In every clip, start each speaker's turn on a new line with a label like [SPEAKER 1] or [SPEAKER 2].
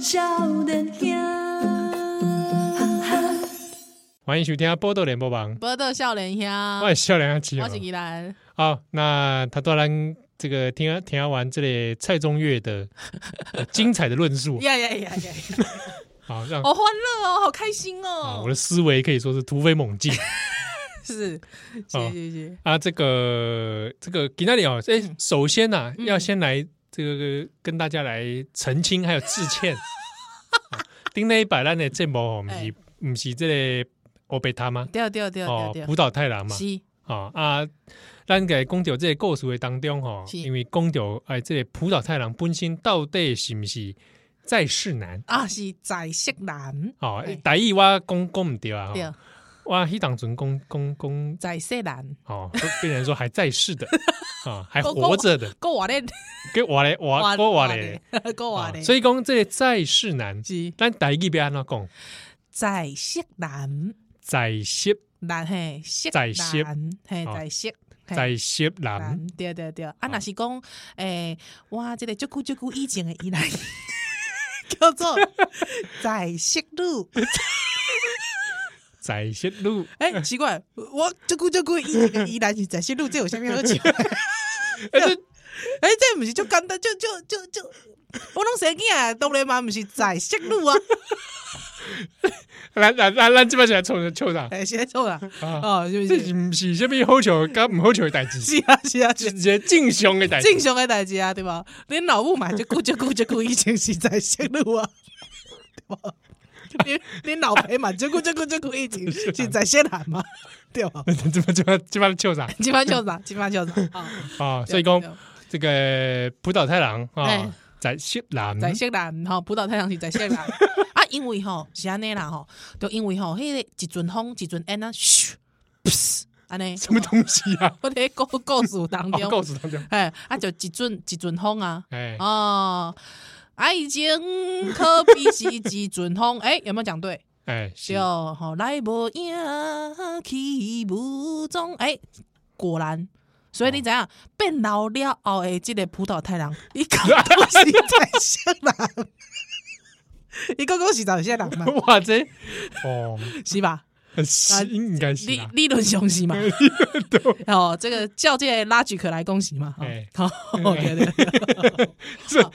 [SPEAKER 1] 少年兄，哈哈。
[SPEAKER 2] 欢迎收听《波多联播榜》，
[SPEAKER 3] 波豆笑脸兄，
[SPEAKER 2] 我是笑良基
[SPEAKER 3] 啊我是宜兰，
[SPEAKER 2] 哦好，那他当然这个听啊听啊完这里蔡宗岳 的呃精彩的论述，
[SPEAKER 3] 呀呀 呀呀，
[SPEAKER 2] 好让、
[SPEAKER 3] 好欢乐哦，好开心
[SPEAKER 2] 啊
[SPEAKER 3] 哦
[SPEAKER 2] 我，的思维可以说是突飞猛进
[SPEAKER 3] 是，
[SPEAKER 2] 哦
[SPEAKER 3] 谢谢谢，
[SPEAKER 2] 啊。这个这个吉纳里哦，哎，首先呐、
[SPEAKER 3] 嗯
[SPEAKER 2] 要先来这个跟大家来澄清还有致 歉。啊丁内摆烂的这波，不是
[SPEAKER 3] 哎啊
[SPEAKER 2] 不是这个欧贝他吗？
[SPEAKER 3] 掉掉掉
[SPEAKER 2] 哦
[SPEAKER 3] 掉，掉，
[SPEAKER 2] 浦岛太郎嘛，
[SPEAKER 3] 是，
[SPEAKER 2] 啊啊，咱给讲到这个故事的当中吼，
[SPEAKER 3] 是
[SPEAKER 2] 因为讲到哎，这个浦岛太郎本身到底是不是在世男？
[SPEAKER 3] 啊是在色男，
[SPEAKER 2] 哦
[SPEAKER 3] 哎，
[SPEAKER 2] 大意我讲讲唔对啊，
[SPEAKER 3] 对
[SPEAKER 2] 吼，我迄当阵讲讲讲，
[SPEAKER 3] 在色男，
[SPEAKER 2] 哦，被人说还在世 的啊，还
[SPEAKER 3] 讲
[SPEAKER 2] 活着的，
[SPEAKER 3] 够我嘞，
[SPEAKER 2] 给我嘞，我给我嘞，，
[SPEAKER 3] 够我
[SPEAKER 2] 啊
[SPEAKER 3] 嘞，
[SPEAKER 2] 所以讲这个在世男，
[SPEAKER 3] 是
[SPEAKER 2] 咱大意要安怎讲？
[SPEAKER 3] 在色男，
[SPEAKER 2] 在世
[SPEAKER 3] 男嘿，色
[SPEAKER 2] 在色
[SPEAKER 3] 男嘿，
[SPEAKER 2] 哦
[SPEAKER 3] 在色，嘿
[SPEAKER 2] 在哦世男，
[SPEAKER 3] 男对对对，啊，若是讲，诶、哇，即、个足久足久以前的伊来 叫做在色女，
[SPEAKER 2] 在世路，
[SPEAKER 3] 诶、哎奇怪，我足久足久以前的伊来是在色女，这有啥物好笑？ 诶、
[SPEAKER 2] 哎，这
[SPEAKER 3] 这毋是足简单，就就就就，我拢生囝啊，当然嘛，毋是在色女 啊，
[SPEAKER 2] 咱咱咱咱这边是来冲冲啥？
[SPEAKER 3] 诶、哎是咧做啦，
[SPEAKER 2] 啊
[SPEAKER 3] 哦，是毋
[SPEAKER 2] 这
[SPEAKER 3] 是？
[SPEAKER 2] 是不是什么好笑跟唔好笑的代 志？
[SPEAKER 3] 是啊，是啊，
[SPEAKER 2] 是
[SPEAKER 3] 是
[SPEAKER 2] 一个正常的代志。
[SPEAKER 3] 正常诶代志啊，对吧？恁老母嘛，足久足久足久以前是在色女啊，对吧？恁恁老爸嘛，足久足久足久以 前
[SPEAKER 2] 啊
[SPEAKER 3] 是在色男嘛，对吧？
[SPEAKER 2] 怎么怎么怎么笑啥
[SPEAKER 3] 即番笑啥？即番笑啥？啊，
[SPEAKER 2] 啊？
[SPEAKER 3] 对
[SPEAKER 2] 所以讲
[SPEAKER 3] 对
[SPEAKER 2] 这个浦岛太郎
[SPEAKER 3] 哎
[SPEAKER 2] 啊，在色男，
[SPEAKER 3] 在色男吼，浦岛太阳是在 色男啊，因为吼是安尼啦吼，就因为吼迄个一阵风一阵烟啊，嘘，噗安尼，
[SPEAKER 2] 什么东西 啊？
[SPEAKER 3] 我伫故故事当
[SPEAKER 2] 哦，告
[SPEAKER 3] 中，
[SPEAKER 2] 诉大家，
[SPEAKER 3] 哎，啊就一阵一阵风啊。
[SPEAKER 2] 哎，
[SPEAKER 3] 哦，爱情可比是一阵风，哎、有没有讲对？
[SPEAKER 2] 哎，是
[SPEAKER 3] 对，哦吼，来无影去无踪，哎、果然。所以你知影变老了后的即个葡萄太 郎，伊讲都是在色人， 伊讲讲是在色 人嘛，
[SPEAKER 2] 哇这 哦，
[SPEAKER 3] 是吧？啊
[SPEAKER 2] 是应该是
[SPEAKER 3] 理
[SPEAKER 2] 啦
[SPEAKER 3] 理论上是嘛？ 哦，这个叫这个拉举可来恭喜嘛？哦
[SPEAKER 2] 哎
[SPEAKER 3] 好，对对对。
[SPEAKER 2] 这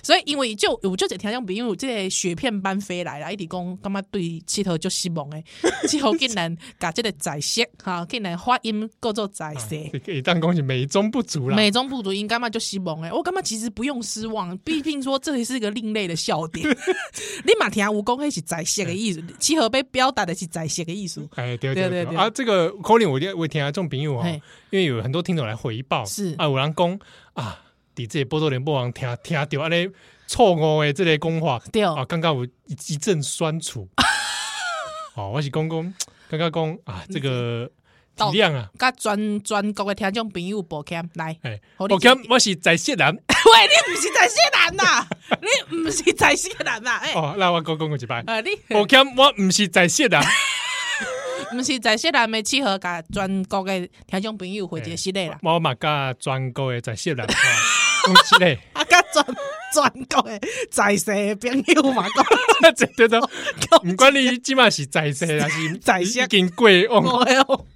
[SPEAKER 3] 所以因为就有就一个听众朋友，即个雪片般飞来啦，一直讲感觉对佚佗足失望诶，佚佗竟然甲即个在色哈，竟然发音叫做在
[SPEAKER 2] 啊
[SPEAKER 3] 色。
[SPEAKER 2] 给当恭喜美中不足啦。
[SPEAKER 3] 美中不足，应该嘛就失望诶。我感觉其实不用失望，毕竟说这里是一个另类的笑点。你嘛听有讲迄是在色的意思，契合被表达的是在色的意思，
[SPEAKER 2] 哎，对
[SPEAKER 3] 对
[SPEAKER 2] 对
[SPEAKER 3] 对
[SPEAKER 2] 对
[SPEAKER 3] 对
[SPEAKER 2] 啊！这个 calling 我我听啊，这种朋友啊
[SPEAKER 3] 嘿，
[SPEAKER 2] 因为有很多听众来回报，
[SPEAKER 3] 是
[SPEAKER 2] 啊，有人讲啊，伫这个波多连播网听听到安尼错误的这个讲话，
[SPEAKER 3] 对哦
[SPEAKER 2] 啊，刚刚有一一阵酸 楚。哦，我是讲讲，刚刚讲啊，这个体
[SPEAKER 3] 到
[SPEAKER 2] 谅啊，
[SPEAKER 3] 甲全全国的听众朋友抱歉来，
[SPEAKER 2] 哎，
[SPEAKER 3] 好你
[SPEAKER 2] 我讲我是在线 人
[SPEAKER 3] 喂，你不是在色男呐、你不是在色男呐、诶、
[SPEAKER 2] 哦，那我讲讲过一摆，
[SPEAKER 3] 呃，你
[SPEAKER 2] 我讲我不是在线 人，
[SPEAKER 3] 毋是在西南的契合，甲全国的听众朋友回一个室内啦，
[SPEAKER 2] 我嘛甲全国的在线人，哦恭喜 嘞，
[SPEAKER 3] 啊，甲全全国的在西的朋友嘛，讲
[SPEAKER 2] 这对 的，
[SPEAKER 3] 讲
[SPEAKER 2] 不管你即嘛是在线还是
[SPEAKER 3] 在
[SPEAKER 2] 已
[SPEAKER 3] 线
[SPEAKER 2] 经过往。
[SPEAKER 3] 我哟，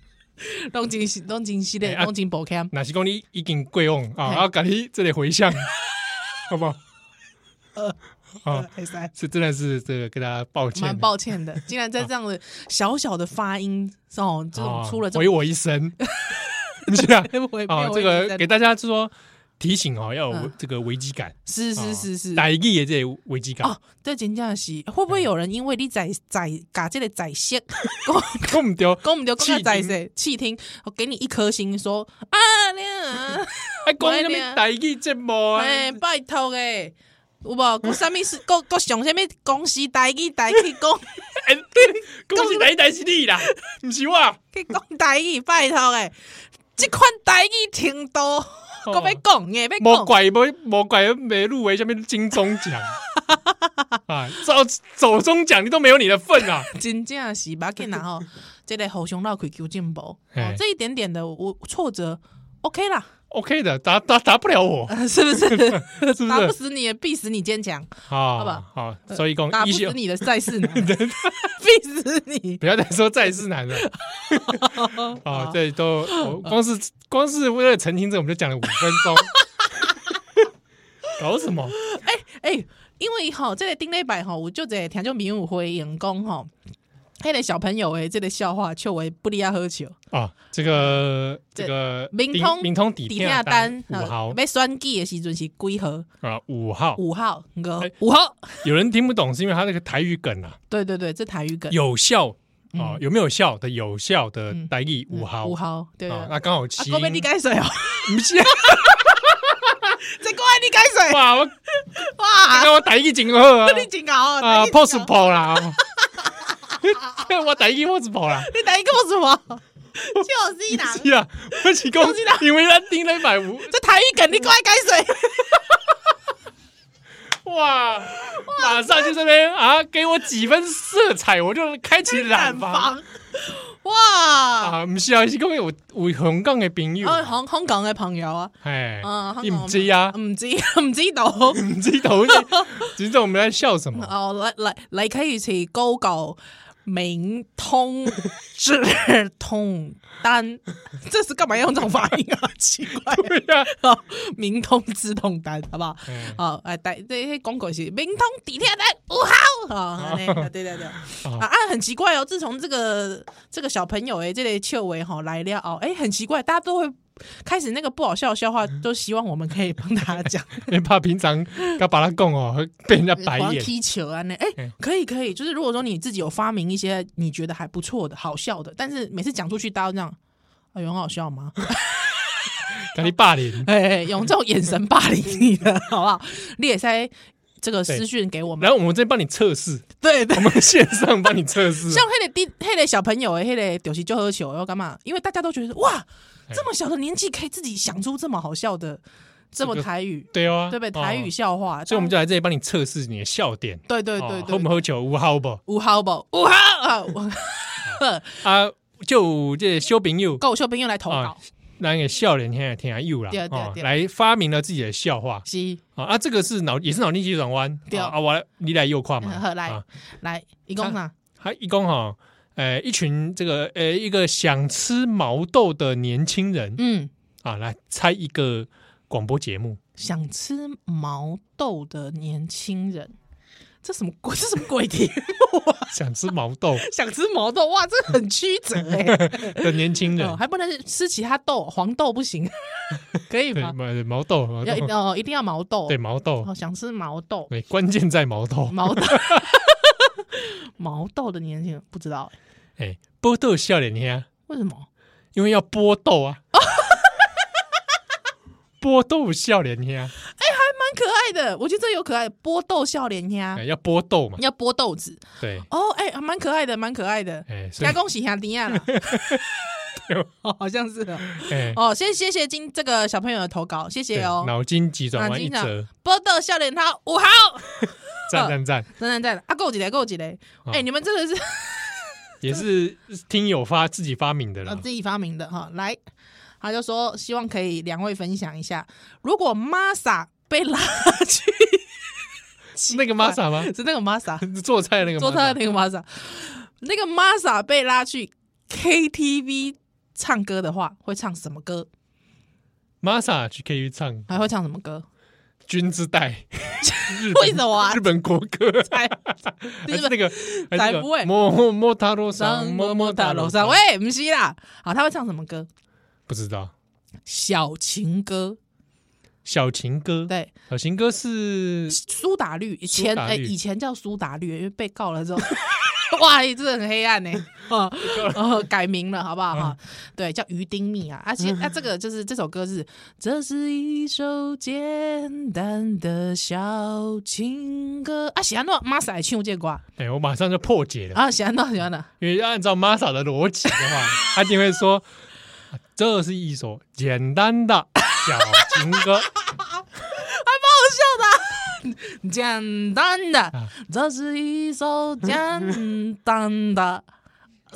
[SPEAKER 3] 拢真是拢真实
[SPEAKER 2] 哎
[SPEAKER 3] 的，
[SPEAKER 2] 啊
[SPEAKER 3] 拢真抱歉，
[SPEAKER 2] 若是讲你已经过往啊，
[SPEAKER 3] 嘿
[SPEAKER 2] 然后甲你这里回向， 好不好？
[SPEAKER 3] 呃
[SPEAKER 2] 啊，
[SPEAKER 3] 会使。
[SPEAKER 2] 是真的是这个跟大家抱歉
[SPEAKER 3] 蛮，抱歉的，竟然在这样的小小的发音哦，这种
[SPEAKER 2] 啊
[SPEAKER 3] 出了这
[SPEAKER 2] 毁
[SPEAKER 3] 种
[SPEAKER 2] 我一 生，不是啊？
[SPEAKER 3] 我也 没
[SPEAKER 2] 啊，
[SPEAKER 3] 有
[SPEAKER 2] 这
[SPEAKER 3] 意思
[SPEAKER 2] 个给大家就说提醒哦，要有
[SPEAKER 3] 嗯
[SPEAKER 2] 这个危机感，
[SPEAKER 3] 是
[SPEAKER 2] 啊
[SPEAKER 3] 是是是
[SPEAKER 2] 打一个也这个危机感，
[SPEAKER 3] 哦，这真正是会不会有人因为你在在甲这个在色，
[SPEAKER 2] 我们丢，
[SPEAKER 3] 跟我们就
[SPEAKER 2] 弃
[SPEAKER 3] 跟在
[SPEAKER 2] 听
[SPEAKER 3] 色弃听，我给你一颗星说啊你啊。
[SPEAKER 2] 还 讲什么打一个节目啊？
[SPEAKER 3] 哎、拜托诶、有无？讲啥物事？ 讲讲上啥物公司台语台去讲
[SPEAKER 2] 哎， 对恭喜哪一台是你啦，不是我，哦
[SPEAKER 3] 去讲台语，拜托诶、即款台语程度，搁要讲诶， 要
[SPEAKER 2] 莫
[SPEAKER 3] 讲。
[SPEAKER 2] 怪莫莫怪没入围下面金钟奖 啊，走走中奖你都没有你的份啊！
[SPEAKER 3] 真正是把紧 啦吼，即个互相闹开求进步，
[SPEAKER 2] 嘿
[SPEAKER 3] 哦，这一点点的我挫折，OK 啦，
[SPEAKER 2] OK 的，打打打不了我，
[SPEAKER 3] 呃是不是？
[SPEAKER 2] 是不
[SPEAKER 3] 打不
[SPEAKER 2] 是？
[SPEAKER 3] 死你也必死你坚强，
[SPEAKER 2] 好
[SPEAKER 3] 好吧呃
[SPEAKER 2] 好，所以讲
[SPEAKER 3] 打不
[SPEAKER 2] 一休
[SPEAKER 3] 死，你的再 是难，必死你。
[SPEAKER 2] 不要再说再是 难了。哦，这都我
[SPEAKER 3] 嗯
[SPEAKER 2] 光是光是为了澄清这，我们就讲了五分钟，搞什么？
[SPEAKER 3] 哎、因为吼，这个顶礼拜吼，有就这听众朋友回应讲吼，迄个小朋友诶，这个笑话笑为不离啊好笑。
[SPEAKER 2] 啊，这个这个
[SPEAKER 3] 明
[SPEAKER 2] 顶
[SPEAKER 3] 通
[SPEAKER 2] 明通底
[SPEAKER 3] 底
[SPEAKER 2] 片啊
[SPEAKER 3] 下单呃嗯
[SPEAKER 2] 单五号
[SPEAKER 3] 要选举的时阵是几号？
[SPEAKER 2] 啊五号，
[SPEAKER 3] 五号，五号
[SPEAKER 2] 哎，
[SPEAKER 3] 五号。
[SPEAKER 2] 有人听不懂是因为他那个台语梗啊，
[SPEAKER 3] 对对对，这台语梗
[SPEAKER 2] 有效啊，有没有效的有效的
[SPEAKER 3] 嗯
[SPEAKER 2] 台语五号
[SPEAKER 3] 五号，对对
[SPEAKER 2] 啊，
[SPEAKER 3] 对。
[SPEAKER 2] 那刚好
[SPEAKER 3] 啊
[SPEAKER 2] 七，
[SPEAKER 3] 哥被你改水哦，
[SPEAKER 2] 不是啊
[SPEAKER 3] 这哥被你改水
[SPEAKER 2] 哇，我
[SPEAKER 3] 哇！
[SPEAKER 2] 刚我台语真好啊
[SPEAKER 3] 你真好哦
[SPEAKER 2] 啊
[SPEAKER 3] 你真
[SPEAKER 2] ，pose
[SPEAKER 3] 好
[SPEAKER 2] 跑 啦， 我台语 pose 跑啦。
[SPEAKER 3] 你等一个 什么？就是人，
[SPEAKER 2] 是啊，我是讲，因为咱顶了一百五，
[SPEAKER 3] 这台语梗你过来改 水，
[SPEAKER 2] 哇，马上就这边啊，给我几分色彩，我就开启染房。
[SPEAKER 3] 房哇！
[SPEAKER 2] 啊，不哎是啊，是讲有有香港的朋友，
[SPEAKER 3] 哦，香香港的朋友啊，
[SPEAKER 2] 哎
[SPEAKER 3] 嗯，，香
[SPEAKER 2] 你
[SPEAKER 3] 港
[SPEAKER 2] 唔知啊，
[SPEAKER 3] 唔知 唔知道。
[SPEAKER 2] 唔知道 呢，只知道我们在笑什么。
[SPEAKER 3] 哦，你你你可以去 Google 明通智通丹，这是干嘛要用这种发音啊？奇怪，
[SPEAKER 2] 对啊 呀，
[SPEAKER 3] 好明通智通丹，好不好？
[SPEAKER 2] 哎
[SPEAKER 3] 好，哎，但这些广告是明通地铁的五号，哦好，这样对对对，啊啊，很奇怪哦，自从这个这个小朋友哎，这类秋维哈来了哦，哎，很奇怪，大家都会开始那个不好笑的笑话，都希望我们可以帮大家讲。
[SPEAKER 2] 因为怕平常跟把他供哦，会被人家白
[SPEAKER 3] 黄
[SPEAKER 2] 眼。
[SPEAKER 3] 踢球啊，那哎、
[SPEAKER 2] 嗯
[SPEAKER 3] 可以可以，就是如果说你自己有发明一些你觉得还不错的、好笑的，但是每次讲出去，大家都这样，哎，有很好笑 吗？
[SPEAKER 2] 跟你霸凌。
[SPEAKER 3] 哎、哎用这种眼神霸凌你的，好不好？你也塞这个私讯给我们，
[SPEAKER 2] 然后我们再帮你测 试，
[SPEAKER 3] 对对
[SPEAKER 2] 我们线上帮你测试啊
[SPEAKER 3] 像黑的弟、黑的小朋友、哎，黑的丢球就喝酒，要干嘛？因为大家都觉得哇，这么小的年纪可以自己想出这么好笑的、这么
[SPEAKER 2] 这个
[SPEAKER 3] 台语，
[SPEAKER 2] 对哦，
[SPEAKER 3] 对不对？
[SPEAKER 2] 哦
[SPEAKER 3] 台语，笑话，
[SPEAKER 2] 所以我们就来这里帮你测试你的笑点。
[SPEAKER 3] 对对对
[SPEAKER 2] 哦喝
[SPEAKER 3] 对
[SPEAKER 2] 不，喝酒无好不
[SPEAKER 3] 五号不五号啊，我
[SPEAKER 2] 啊？就有这小朋友，
[SPEAKER 3] 够秀兵又来投 稿
[SPEAKER 2] 啊。那个笑脸天天天又啦
[SPEAKER 3] 对啊，对啊
[SPEAKER 2] 哦
[SPEAKER 3] 对啊
[SPEAKER 2] 来发明了自己的笑话
[SPEAKER 3] 是
[SPEAKER 2] 啊！啊，这个是脑也是脑力急转弯
[SPEAKER 3] 对
[SPEAKER 2] 啊！啊我来你来右跨嘛，
[SPEAKER 3] 好 来
[SPEAKER 2] 啊，
[SPEAKER 3] 来，一共啥？
[SPEAKER 2] 他一共哈，呃，一群这个呃一个想吃毛豆的年轻人
[SPEAKER 3] 嗯，
[SPEAKER 2] 啊，来猜一个广播节目，
[SPEAKER 3] 想吃毛豆的年轻人，这什么鬼？ 这什么 鬼题？
[SPEAKER 2] 想吃毛豆
[SPEAKER 3] 想吃毛豆，哇，这很曲折 哎、
[SPEAKER 2] 的年轻人
[SPEAKER 3] 哦，，还不能吃其他豆，黄豆不行，可以
[SPEAKER 2] 对
[SPEAKER 3] 吗？
[SPEAKER 2] 毛毛豆，毛
[SPEAKER 3] 要一
[SPEAKER 2] 豆
[SPEAKER 3] 哦，一定要毛豆。
[SPEAKER 2] 对毛豆，
[SPEAKER 3] 哦，想吃毛豆，
[SPEAKER 2] 对，关键在毛豆，
[SPEAKER 3] 毛豆， 毛豆的年轻人不知道哎、
[SPEAKER 2] 哎，波豆笑脸天。
[SPEAKER 3] 为什么？
[SPEAKER 2] 因为要波豆 啊，波豆笑脸
[SPEAKER 3] 啊
[SPEAKER 2] 呀，
[SPEAKER 3] 蛮可爱的，我觉得这有可爱，波豆笑脸呀
[SPEAKER 2] 哎，要波豆嘛，
[SPEAKER 3] 要剥豆子
[SPEAKER 2] 对，
[SPEAKER 3] 哦，哎、还蛮可爱的，蛮可爱的。
[SPEAKER 2] 哎，所以
[SPEAKER 3] 加恭喜兄弟啊 啦！哦，好像是哦
[SPEAKER 2] 哎，
[SPEAKER 3] 哦，先谢谢今这个小朋友的投稿，谢谢
[SPEAKER 2] 对
[SPEAKER 3] 哦。
[SPEAKER 2] 脑筋急转弯一
[SPEAKER 3] 脑啊
[SPEAKER 2] 折，
[SPEAKER 3] 波豆笑脸他五号，
[SPEAKER 2] 赞赞赞，
[SPEAKER 3] 赞赞赞！啊，够几嘞，够几嘞！
[SPEAKER 2] 哦
[SPEAKER 3] 哎，你们真的是
[SPEAKER 2] 也是听友发自己发明的
[SPEAKER 3] 呃
[SPEAKER 2] 啦
[SPEAKER 3] 自，己发明的哈。来，他就说希望可以两位分享一下，如果 Masa 被拉去，
[SPEAKER 2] 是那个 Masa 吗？
[SPEAKER 3] 是那个 Masa
[SPEAKER 2] 做菜的那个，
[SPEAKER 3] 做他的，那个 Masa，那个 Masa 被拉去 KTV 唱歌的话，会唱什么歌？
[SPEAKER 2] Masa 去 KTV 唱《
[SPEAKER 3] 还会唱什么歌？
[SPEAKER 2] 君之 代》日
[SPEAKER 3] 为
[SPEAKER 2] 本，
[SPEAKER 3] 什么啊
[SPEAKER 2] 日？本国 歌，
[SPEAKER 3] 才
[SPEAKER 2] 还是那个，还
[SPEAKER 3] 才
[SPEAKER 2] 是那
[SPEAKER 3] 不会
[SPEAKER 2] 个摸摸摸塔罗桑，
[SPEAKER 3] 上
[SPEAKER 2] 摸
[SPEAKER 3] 摸摸
[SPEAKER 2] 摸
[SPEAKER 3] 塔
[SPEAKER 2] 塔
[SPEAKER 3] 楼
[SPEAKER 2] 罗
[SPEAKER 3] 上，
[SPEAKER 2] 桑，
[SPEAKER 3] 喂，不是啦。好，他会唱什么歌？
[SPEAKER 2] 不知道
[SPEAKER 3] 小情歌，
[SPEAKER 2] 小情歌，
[SPEAKER 3] 对，
[SPEAKER 2] 小情歌是
[SPEAKER 3] 苏打绿，以前
[SPEAKER 2] 苏打
[SPEAKER 3] 哎、
[SPEAKER 2] 绿
[SPEAKER 3] 以前叫苏打绿，因为被告了之后， 哇，真的很黑暗呢、啊，哦，改名了，好不
[SPEAKER 2] 嗯
[SPEAKER 3] 好？哈、对，叫鱼丁蜜啊，而且啊，这个就是这首歌是，这是一首简单的小情歌啊，喜欢诺马赛唱这歌
[SPEAKER 2] 哎，我马上就破解了。
[SPEAKER 3] 啊，喜欢诺喜欢诺，
[SPEAKER 2] 因为按照 Masa 的逻辑的 话，他一定会说，啊这是一首简单的小情 歌。
[SPEAKER 3] 简单的
[SPEAKER 2] 啊，
[SPEAKER 3] 这是 一首简单的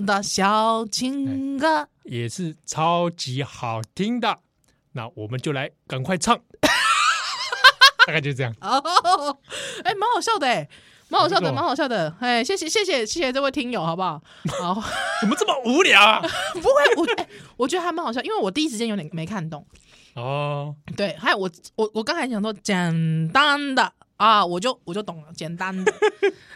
[SPEAKER 3] 的小情歌。
[SPEAKER 2] 也是超级好听的。那我们就来赶快 唱，大概就这样。
[SPEAKER 3] 哦，哎，蛮好笑的，哎，蛮好笑
[SPEAKER 2] 不
[SPEAKER 3] 的，
[SPEAKER 2] 错
[SPEAKER 3] 蛮好笑的，哎，谢谢谢谢谢谢这位听友，好不好？好，
[SPEAKER 2] 怎么这么无聊啊？
[SPEAKER 3] 不会，我哎我觉得还蛮好笑，因为我第一时间有点没看懂，
[SPEAKER 2] 哦，
[SPEAKER 3] 对，还有我我我刚才想说简单的啊，我就我就懂了，简单 的，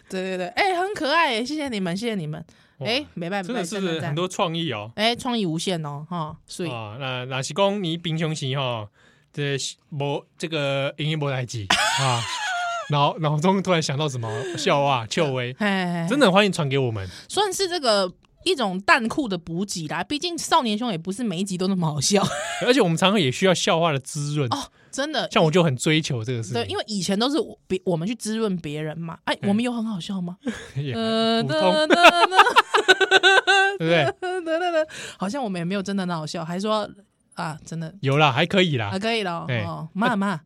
[SPEAKER 3] 对对对，哎、很可爱耶，谢谢你们，谢谢你们，
[SPEAKER 2] 哇
[SPEAKER 3] 哎、没办法，
[SPEAKER 2] 真的
[SPEAKER 3] 没
[SPEAKER 2] 是
[SPEAKER 3] 办法
[SPEAKER 2] 很，多创意哦。
[SPEAKER 3] 哎、创意无限哦，哈，所以、
[SPEAKER 2] 啊，那那是讲你平常时哈，这无这个音乐无代志 啊，脑脑中突然想到什么笑 话、笑威，
[SPEAKER 3] 哎，
[SPEAKER 2] 真的很欢迎传给我们。
[SPEAKER 3] 算是这个一种弹库的补给啦，毕竟少年兄也不是每一集都那么好笑，
[SPEAKER 2] 而且我们常常也需要笑话的滋
[SPEAKER 3] 哦
[SPEAKER 2] 润，
[SPEAKER 3] 真的。
[SPEAKER 2] 像我就很追求这个事情，
[SPEAKER 3] 对，因为以前都是我别我们去滋润别人嘛，哎，
[SPEAKER 2] 嗯
[SPEAKER 3] 我们有很好笑吗？
[SPEAKER 2] 为 也
[SPEAKER 3] 呃
[SPEAKER 2] 很普通，
[SPEAKER 3] 哒哒
[SPEAKER 2] 对不对？
[SPEAKER 3] 哒哒哒 好像我们也没有真的很好笑，还说啊，真的
[SPEAKER 2] 有啦，还可以啦
[SPEAKER 3] 啊，，可以了
[SPEAKER 2] 哎
[SPEAKER 3] 哦，妈妈，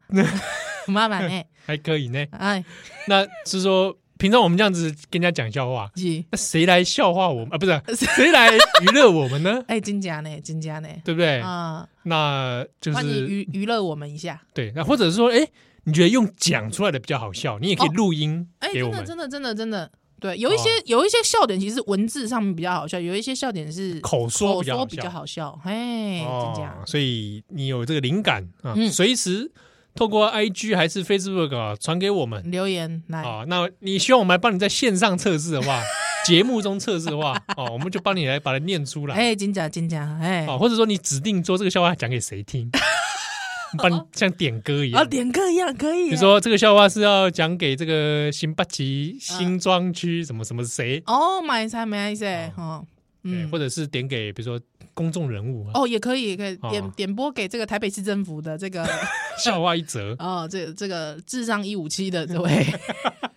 [SPEAKER 3] 妈妈呢？
[SPEAKER 2] 还可以呢。
[SPEAKER 3] 哎，
[SPEAKER 2] 那是说平常我们这样子跟人家讲笑话，
[SPEAKER 3] 是，
[SPEAKER 2] 那谁来笑话我们啊？不 是谁来娱乐我们呢？
[SPEAKER 3] 哎，真假呢？真假呢？
[SPEAKER 2] 对不对？
[SPEAKER 3] 啊，
[SPEAKER 2] 那哎就
[SPEAKER 3] 欢迎
[SPEAKER 2] 是
[SPEAKER 3] 娱娱乐我们一下。
[SPEAKER 2] 对，那或者是说，哎，你觉得用讲出来的比较好笑，你也可以
[SPEAKER 3] 哦
[SPEAKER 2] 录音
[SPEAKER 3] 哎，
[SPEAKER 2] 给
[SPEAKER 3] 真
[SPEAKER 2] 我
[SPEAKER 3] 的，
[SPEAKER 2] 们，哦
[SPEAKER 3] 真的，真的，真的，对，有一些有一些笑点，其实文字上面比较好笑，有一些笑点是
[SPEAKER 2] 口说
[SPEAKER 3] 口
[SPEAKER 2] 比较
[SPEAKER 3] 说
[SPEAKER 2] 好
[SPEAKER 3] 比较
[SPEAKER 2] 笑。
[SPEAKER 3] 好笑。哎，真
[SPEAKER 2] 哦
[SPEAKER 3] 假，
[SPEAKER 2] 所以你有这个灵感啊，
[SPEAKER 3] 嗯
[SPEAKER 2] 随时透过 IG 还是 Facebook 啊传给我们，
[SPEAKER 3] 留言来，
[SPEAKER 2] 哦，那你希望我们来帮你在线上测试的话， 节目中测试的话，哦，我们就帮你来把它念出来，
[SPEAKER 3] 哎，真假，真假，哎，
[SPEAKER 2] 哦，或者说你指定说这个笑话讲给谁听，我们帮你像点歌一
[SPEAKER 3] 啊，
[SPEAKER 2] 样。
[SPEAKER 3] 点歌一样可以耶。
[SPEAKER 2] 比如说这个笑话是要讲给这个新北旗新庄区什么什么谁，
[SPEAKER 3] 哦，买菜买菜，哦，
[SPEAKER 2] 对
[SPEAKER 3] 嗯
[SPEAKER 2] 或。者是点给比如说公众人物啊，
[SPEAKER 3] 哦，也可以，也可以点
[SPEAKER 2] 哦
[SPEAKER 3] 点播给这个台北市政府的这 个
[SPEAKER 2] 笑话一则，
[SPEAKER 3] 哦，这这个智障一五七 的这位，
[SPEAKER 2] 哦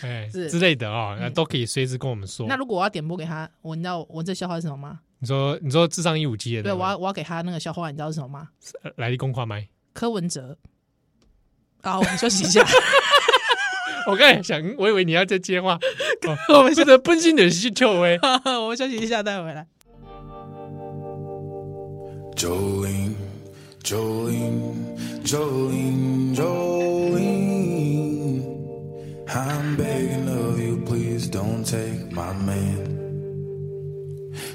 [SPEAKER 2] 哎
[SPEAKER 3] 是嗯
[SPEAKER 2] 之类的啊，那都可以随时跟我们说
[SPEAKER 3] 那。如果我要点播给他，我你知道我这笑话是什么吗？
[SPEAKER 2] 你说你说智商一五级的，
[SPEAKER 3] 对，我要我要给他那个笑话，你知道是什么吗？
[SPEAKER 2] 呃来一公话麦。
[SPEAKER 3] 柯文哲。好，我们休息一下。
[SPEAKER 2] 我刚才想，我以为你要再接 话，哦我们现在奔心的是笑诶。
[SPEAKER 3] 我们休息一下，待会回来。
[SPEAKER 4] Jolene, Jolene, Jolene, Jolene. I'm begging of you, please don't take my man.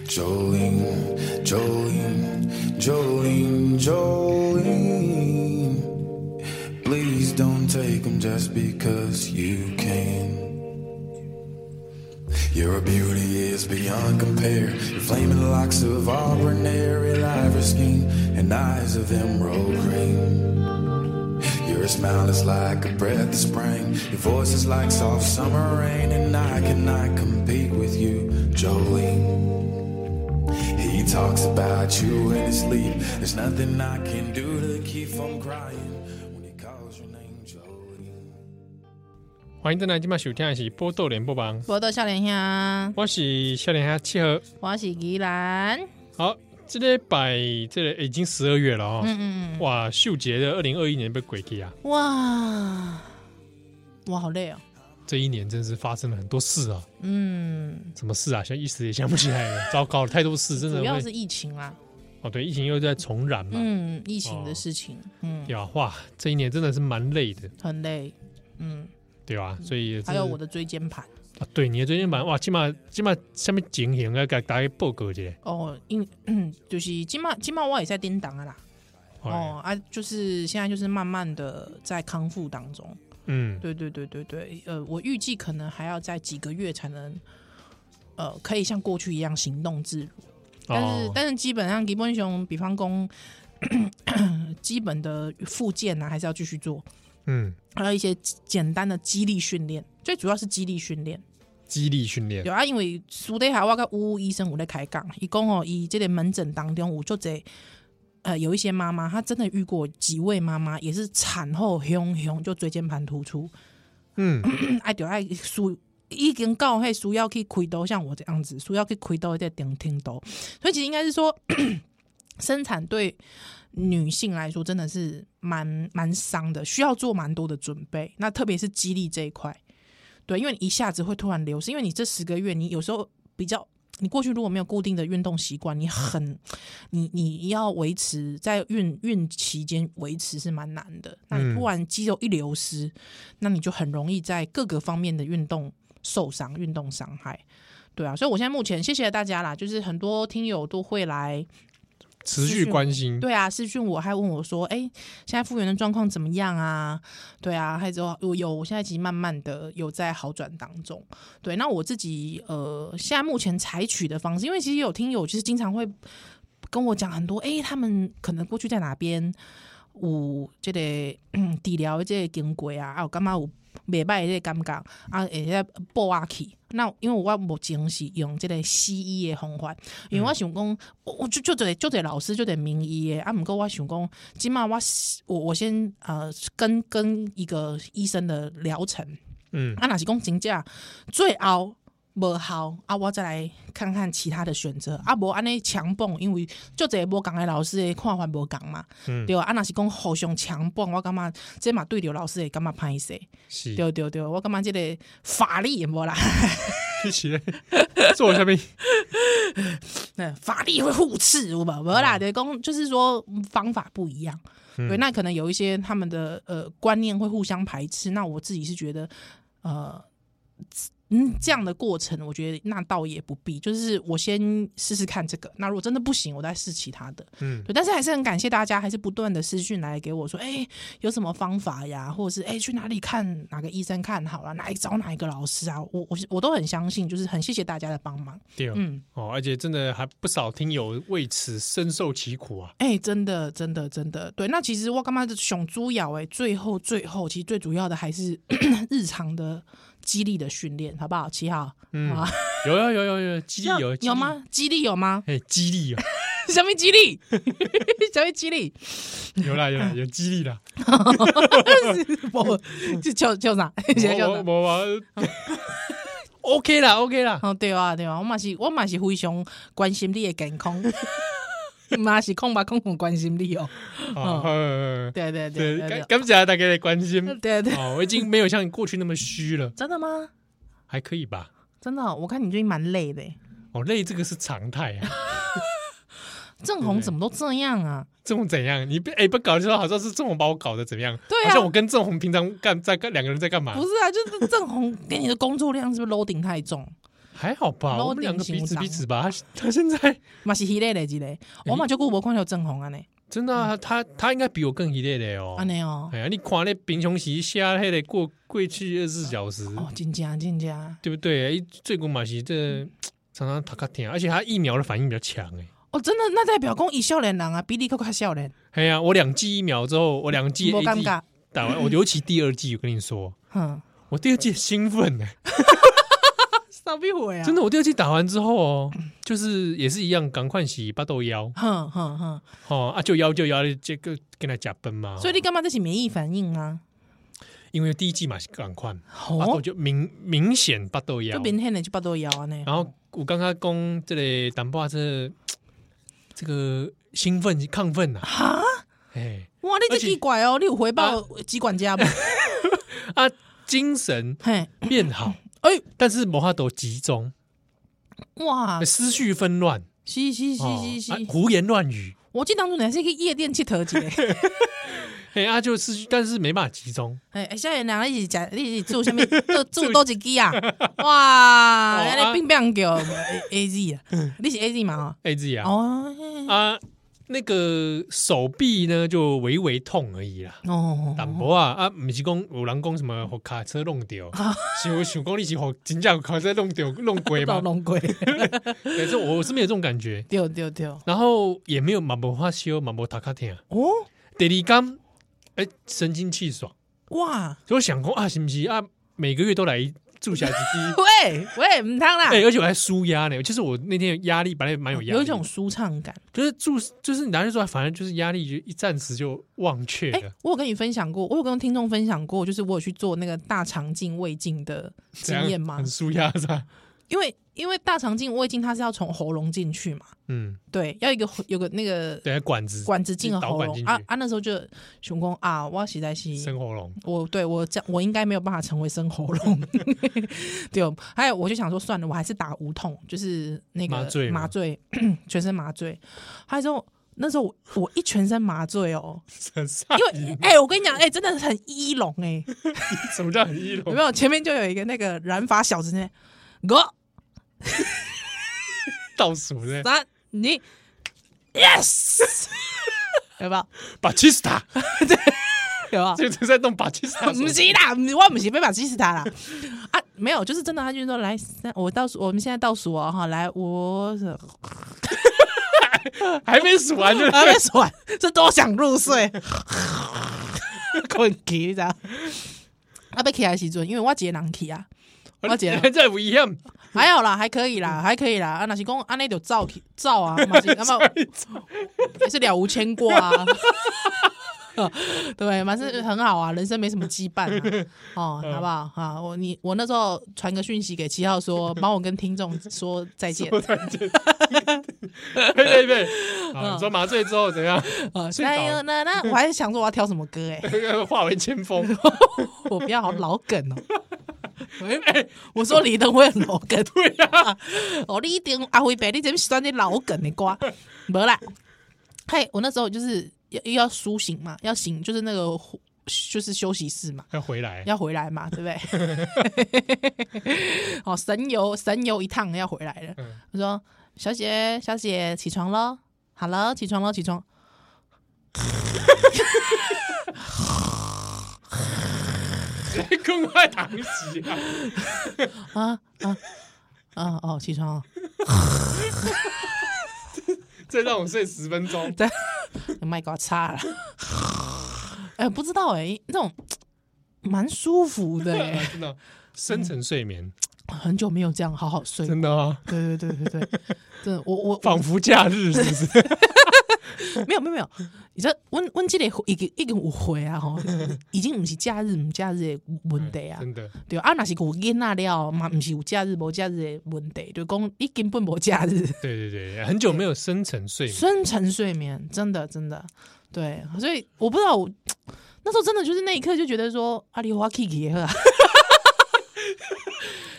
[SPEAKER 4] Jolene, Jolene, Jolene, Jolene. Please don't take him just because you can. Your beauty is beyond compare. Your flaming locks of auburn hair, and ivory skin, and eyes of emerald green. Your smile is like a breath of spring. Your voice is like soft summer rain, and I cannot compete with you, Jolene. He talks about you in his sleep. There's nothing I can do to keep from crying when he calls your name, Jolene.
[SPEAKER 2] 欢迎再来今晚收听的是《波豆联播榜》，
[SPEAKER 3] 波多笑脸香，
[SPEAKER 2] 我是笑脸虾七和。
[SPEAKER 3] 我是宜兰。
[SPEAKER 2] 好，这礼拜这个已经十二月了哦，
[SPEAKER 3] 嗯嗯
[SPEAKER 2] 哇，秀杰的二零二一年被鬼给啊，
[SPEAKER 3] 嗯，哇，我好累哦。
[SPEAKER 2] 这一年真是发生了很多事啊，
[SPEAKER 3] 嗯，
[SPEAKER 2] 什么事啊？现在一时也想不起来了，糟糕了，太多事，真的
[SPEAKER 3] 主要是
[SPEAKER 2] 会
[SPEAKER 3] 疫情啦。
[SPEAKER 2] 哦，对，疫情又在重燃嘛，哦
[SPEAKER 3] 嗯，疫情的事情，嗯，
[SPEAKER 2] 对吧？啊哇，这一年真的是蛮累的，
[SPEAKER 3] 很累。嗯，
[SPEAKER 2] 对吧？所以
[SPEAKER 3] 还有我
[SPEAKER 2] 的
[SPEAKER 3] 的椎间盘。
[SPEAKER 2] 啊，对你的最近版哇，起码起码下面情形要给大家报告一下，
[SPEAKER 3] 哦，因 就是今嘛今嘛我也在颠档啊啦。
[SPEAKER 2] 哦，
[SPEAKER 3] 哦啊，就是现在就是慢慢的在康复当中。
[SPEAKER 2] 嗯，
[SPEAKER 3] 对对对对对，呃，我预计可能还要在几个月才能，呃，可以像过去一样行动自如。但是、
[SPEAKER 2] 哦
[SPEAKER 3] 但是基本上 吉本熊，比方说基本的复健啊，还是要继续做，
[SPEAKER 2] 嗯，
[SPEAKER 3] 还有一些简单的肌力训练，最主要是肌力训练。
[SPEAKER 2] 激励训练
[SPEAKER 3] 有啊，因为苏德海我跟呜呜医生有在开讲，伊讲哦，伊这个门诊当中有就这呃有一些妈妈，她真的遇过几位妈妈也是产后凶凶就椎间盘突出，哎
[SPEAKER 2] 嗯，
[SPEAKER 3] 爱就爱输。已经到迄需要去开刀，像我这样子，需要去开刀在顶听刀，所以其实应该是说， 生产对女性来说真的是蛮蛮伤的，需要做蛮多的准备。那特别是激励这一块，对，因为你一下子会突然流失，因为你这十个月，你有时候比较你过去如果没有固定的运动习惯，你很，你你要维持在孕孕期间维持是蛮难的。那你突然肌肉一流失，那你就很容易在各个方面的运动受伤、运动伤害。对啊，所以我现在目前谢谢大家啦，就是很多听友都会来
[SPEAKER 2] 持续关心，
[SPEAKER 3] 对啊，私讯我还问我说，哎、现在复原的状况怎么样啊？对啊，还有我有，我现在其实慢慢的有在好转当中。对，那我自己呃，现在目前采取的方式，因为其实有听友就是经常会跟我讲很多，哎、他们可能过去在哪边有这个 嗯治疗的这个经过啊，啊，有感觉有袂歹的这个感觉啊，会在报啊去。那因为我目前是用这个西医的方法，因为我想讲，我我就就得就得老师就得名医的啊，毋过我想讲，即码我我我先呃跟跟一个医生的疗程，
[SPEAKER 2] 嗯
[SPEAKER 3] 啊，若是讲真正最后无效啊，我再来看看其他的选择啊，无安尼强蹦，因为就这无共的老师的看法无共嘛，
[SPEAKER 2] 嗯
[SPEAKER 3] 对啊，啊，若是讲互相强蹦，我感觉这嘛对着老师会感觉歹势，
[SPEAKER 2] 是，
[SPEAKER 3] 对对对，我感觉即个法力无啦，
[SPEAKER 2] 一起来 坐 下面，
[SPEAKER 3] 嗯法力会互斥，有无无啦，对讲就是说嗯方法不一样，对，那可能有一些他们的呃观念会互相排斥，那我自己是觉得呃。嗯，这样的过程，我觉得那倒也不必。就是我先试试看这个，那如果真的不行，我再试其他的。
[SPEAKER 2] 嗯，
[SPEAKER 3] 对，但是还是很感谢大家，还是不断的私讯来给我说，哎、有什么方法呀，或者是哎、去哪里看哪个医生看好了，哪里找哪一个老师啊，我我我都很相信，就是很谢谢大家的帮忙。
[SPEAKER 2] 对，
[SPEAKER 3] 嗯，
[SPEAKER 2] 哦，而且真的还不少听友为此深受其苦啊，
[SPEAKER 3] 哎、真的真的真的，对，那其实我干嘛熊猪咬哎、最后最后其实最主要的还是 日常的激励的训练，好不好？七号，
[SPEAKER 2] 嗯
[SPEAKER 3] 啊，
[SPEAKER 2] 有有有有有激励有激励
[SPEAKER 3] 有？吗？激励有吗？
[SPEAKER 2] 哎，激励啊，
[SPEAKER 3] 什么激励？ 什么激励？
[SPEAKER 2] 有啦有啦有激 励啦，
[SPEAKER 3] 我就就 就啥？
[SPEAKER 2] 我我我
[SPEAKER 3] 嗯
[SPEAKER 2] ，OK 啦 OK 啦，
[SPEAKER 3] 哦，对啊，对啊，我嘛是，我嘛是非常关心你的健 康，嘛是空吧空空关心你哦。
[SPEAKER 2] 好好好好
[SPEAKER 3] 对
[SPEAKER 2] 对，
[SPEAKER 3] 对对对
[SPEAKER 2] 感
[SPEAKER 3] 对
[SPEAKER 2] 感谢大家的关心。
[SPEAKER 3] 对对，
[SPEAKER 2] 哦，我已经没有像过去那么虚了，
[SPEAKER 3] 真的吗？
[SPEAKER 2] 还可以吧？
[SPEAKER 3] 真的哦、我看你最近蛮累的欸耶。
[SPEAKER 2] 哦，累这个是常态啊，
[SPEAKER 3] 郑红怎么都这样啊？
[SPEAKER 2] 这种怎样？你不哎不搞的时候，好像是郑红把我搞得怎么样？
[SPEAKER 3] 对啊
[SPEAKER 2] 好像我跟郑红平常干在干两个人在干嘛
[SPEAKER 3] 不？是啊，就是郑红给你的工作量是不是 loading 太重？
[SPEAKER 2] 还好吧，
[SPEAKER 3] Loading
[SPEAKER 2] 我们两个彼此
[SPEAKER 3] 型
[SPEAKER 2] 彼此吧。 他他现在
[SPEAKER 3] 嘛是迄类的，一类，我嘛就顾无看到郑红啊呢，
[SPEAKER 2] 真的啊，他他应该比我更一累的哦
[SPEAKER 3] 安。尼哦
[SPEAKER 2] 哎，呀，你看那贫穷时下黑的过过去二十四小时，
[SPEAKER 3] 哦，真正真正，
[SPEAKER 2] 对不对？哎，最古马西这常常他卡听，而且他疫苗的反应比较强哎。
[SPEAKER 3] 哦，真的，那代表讲伊少年人啊，比你更加 少年，
[SPEAKER 2] 哎呀，我两剂疫苗之后，我两剂
[SPEAKER 3] 无
[SPEAKER 2] A
[SPEAKER 3] 尴
[SPEAKER 2] D
[SPEAKER 3] 尬，
[SPEAKER 2] 打完，我尤其第二剂，我跟你说，
[SPEAKER 3] 哼，
[SPEAKER 2] 我第二季兴奋呢、
[SPEAKER 3] 啥逼会 啊
[SPEAKER 2] 真，的，我第二季打完之后哦，就是也是一样，赶快洗巴豆腰
[SPEAKER 3] 哼哼哼，
[SPEAKER 2] 哦啊，就腰就腰，这个跟他加分嘛。哦
[SPEAKER 3] 所以你干嘛这是免疫反应啊？
[SPEAKER 2] 因为第一季啊嘛是赶快，巴豆
[SPEAKER 3] 哦，
[SPEAKER 2] 就明明显巴豆腰
[SPEAKER 3] 就，明显的就巴肚枵啊呢。
[SPEAKER 2] 然后我刚刚讲这里淡薄啊这这个兴奋亢奋呐、啊，
[SPEAKER 3] 哈，
[SPEAKER 2] 哎
[SPEAKER 3] 哇，你
[SPEAKER 2] 而
[SPEAKER 3] 这
[SPEAKER 2] 且
[SPEAKER 3] 奇怪哦，你有回报机管家 吗？
[SPEAKER 2] 啊，精神
[SPEAKER 3] 嘿，
[SPEAKER 2] 变 好，
[SPEAKER 3] 哎，
[SPEAKER 2] 但是摩哈豆集中，
[SPEAKER 3] 哇，
[SPEAKER 2] 思绪纷乱，
[SPEAKER 3] 是是
[SPEAKER 2] 哦
[SPEAKER 3] 是是
[SPEAKER 2] 啊
[SPEAKER 3] 是，
[SPEAKER 2] 胡言乱语，
[SPEAKER 3] 我记得当初乃是去夜店佚佗一个，
[SPEAKER 2] 哎啊就思绪，但是没办法集中。
[SPEAKER 3] 哎，少年人一起食，你是做啥物？ 做做多一支啊？哇，
[SPEAKER 2] 哦啊
[SPEAKER 3] 安尼乒乓球 A Z 啊，你是 A Z 嘛？
[SPEAKER 2] A Z 啊，
[SPEAKER 3] 哦
[SPEAKER 2] 啊，那个手臂呢就微微痛而已啦。
[SPEAKER 3] 哦
[SPEAKER 2] 淡薄啊啊，不是讲有人讲什么，互卡车弄掉，是我 想讲你是互真正卡车弄掉弄鬼
[SPEAKER 3] 老
[SPEAKER 2] 嘛？
[SPEAKER 3] 龙龟，
[SPEAKER 2] 可是我是没有这种感觉，
[SPEAKER 3] 对对对，哦，
[SPEAKER 2] 然后也没有马博发修马博塔卡听，第二刚哎神清气爽，
[SPEAKER 3] 哇，，
[SPEAKER 2] 所以我想讲啊，是不是啊？每个月都来住 下几滴
[SPEAKER 3] 喂喂，唔通啦
[SPEAKER 2] 哎、，而且我还舒压呢。其实我那天压力本来蛮有压力的，
[SPEAKER 3] 有一种舒畅感。
[SPEAKER 2] 就是住，就是你拿去做，反正就是压力就一暂时就忘却
[SPEAKER 3] 哎、
[SPEAKER 2] 了。
[SPEAKER 3] 我有跟你分享过，我有跟听众分享过，就是我有去做那个大肠镜胃镜的
[SPEAKER 2] 这
[SPEAKER 3] 经
[SPEAKER 2] 样
[SPEAKER 3] 验吗
[SPEAKER 2] 很？舒压是吧？
[SPEAKER 3] 因为因为大肠镜、胃镜它是要从喉咙进去嘛，
[SPEAKER 2] 嗯，
[SPEAKER 3] 对，要一个有个那个
[SPEAKER 2] 对，管子
[SPEAKER 3] 管子进了
[SPEAKER 2] 导
[SPEAKER 3] 喉
[SPEAKER 2] 管
[SPEAKER 3] 咙
[SPEAKER 2] 进
[SPEAKER 3] 啊
[SPEAKER 2] 去
[SPEAKER 3] 啊！那时候就熊工啊，我实在是
[SPEAKER 2] 生喉 咙，
[SPEAKER 3] 我对我这样我应该没有办法成为生喉 咙，对。还有我就想说算了，我还是打无痛，就是那个
[SPEAKER 2] 麻醉吗
[SPEAKER 3] 麻醉全身麻醉。还有之后那时候我我一全身麻 醉哦，
[SPEAKER 2] 很飒
[SPEAKER 3] 因为哎、我跟你讲哎、真的很医龙 哎、
[SPEAKER 2] 什么叫很一
[SPEAKER 3] 有
[SPEAKER 2] 龙
[SPEAKER 3] 没？有？前面就有一个那个染发小子呢，我
[SPEAKER 2] 倒数呢？
[SPEAKER 3] 三你 yes，有没有？
[SPEAKER 2] 巴基斯坦，
[SPEAKER 3] 有没有？
[SPEAKER 2] 这这在弄巴基斯 坦，
[SPEAKER 3] 不是啦，不是我不是被把气死他啦！啊，没有，就是真的，他就是说来，三我倒数，我们现在倒数哦，哈，来，我啊
[SPEAKER 2] 还没数完 就
[SPEAKER 3] 啊，没 数完，是多想入睡， 困起你知道？啊，被起来的时阵，因为我一个人去啊，我姐
[SPEAKER 2] 还在 V M，
[SPEAKER 3] 还好啦，还可以啦，还可以啦。啊，那是讲安内就照去照啊，嘛是那么 也是了无牵挂啊。 对，嘛是很好啊，人生没什么羁绊 啊，哦，好不好啊？我你我那时候传个讯息给七号说，帮我跟听众说再见
[SPEAKER 2] 我再见， 对对对，好，
[SPEAKER 3] 嗯
[SPEAKER 2] 你说麻醉之后怎样？
[SPEAKER 3] 啊。
[SPEAKER 2] 睡
[SPEAKER 3] 哎呦，
[SPEAKER 2] 着
[SPEAKER 3] 那那我还是想说我要挑什么歌哎、
[SPEAKER 2] 化为千峰，
[SPEAKER 3] 我不要好老梗 哦。哎，我说李登辉很老梗， 对啊，哦，你一定阿辉伯，你怎么喜欢这老梗的 歌？没啦，嘿，我那时候就是要要苏醒嘛，要醒就是那个呼就是休息室嘛，
[SPEAKER 2] 要回来，
[SPEAKER 3] 要回来嘛，对不对？ 哦，神游神游一趟要回来了。
[SPEAKER 2] 嗯
[SPEAKER 3] 我说：“小姐，小姐，起床喽！好了，起床喽，起床。”
[SPEAKER 2] 更快糖洗啊！
[SPEAKER 3] 啊啊啊！哦，起床了。
[SPEAKER 2] 再让我睡十分钟，
[SPEAKER 3] 麦给我擦了。 哎、不知道哎、那种蛮舒服的、欸，
[SPEAKER 2] 真的深层睡眠，
[SPEAKER 3] 很久没有这样好好睡。
[SPEAKER 2] 真的啊，
[SPEAKER 3] 对对对对对，真的，我我
[SPEAKER 2] 仿佛假日是不 是？
[SPEAKER 3] 没有没有没有，你知道，温温这里一个一个有回啊吼，已经不是假日，不假日的问题啊，
[SPEAKER 2] 嗯真的，
[SPEAKER 3] 对啊，若是有囡仔了，嘛不是有假日无假日的问题，就讲你根本无假日。
[SPEAKER 2] 对对对，很久没有深层睡眠，
[SPEAKER 3] 深层睡眠，真的真的，对，所以我不知道我那时候真的就是那一刻就觉得说阿里花 Kiki 也喝啊，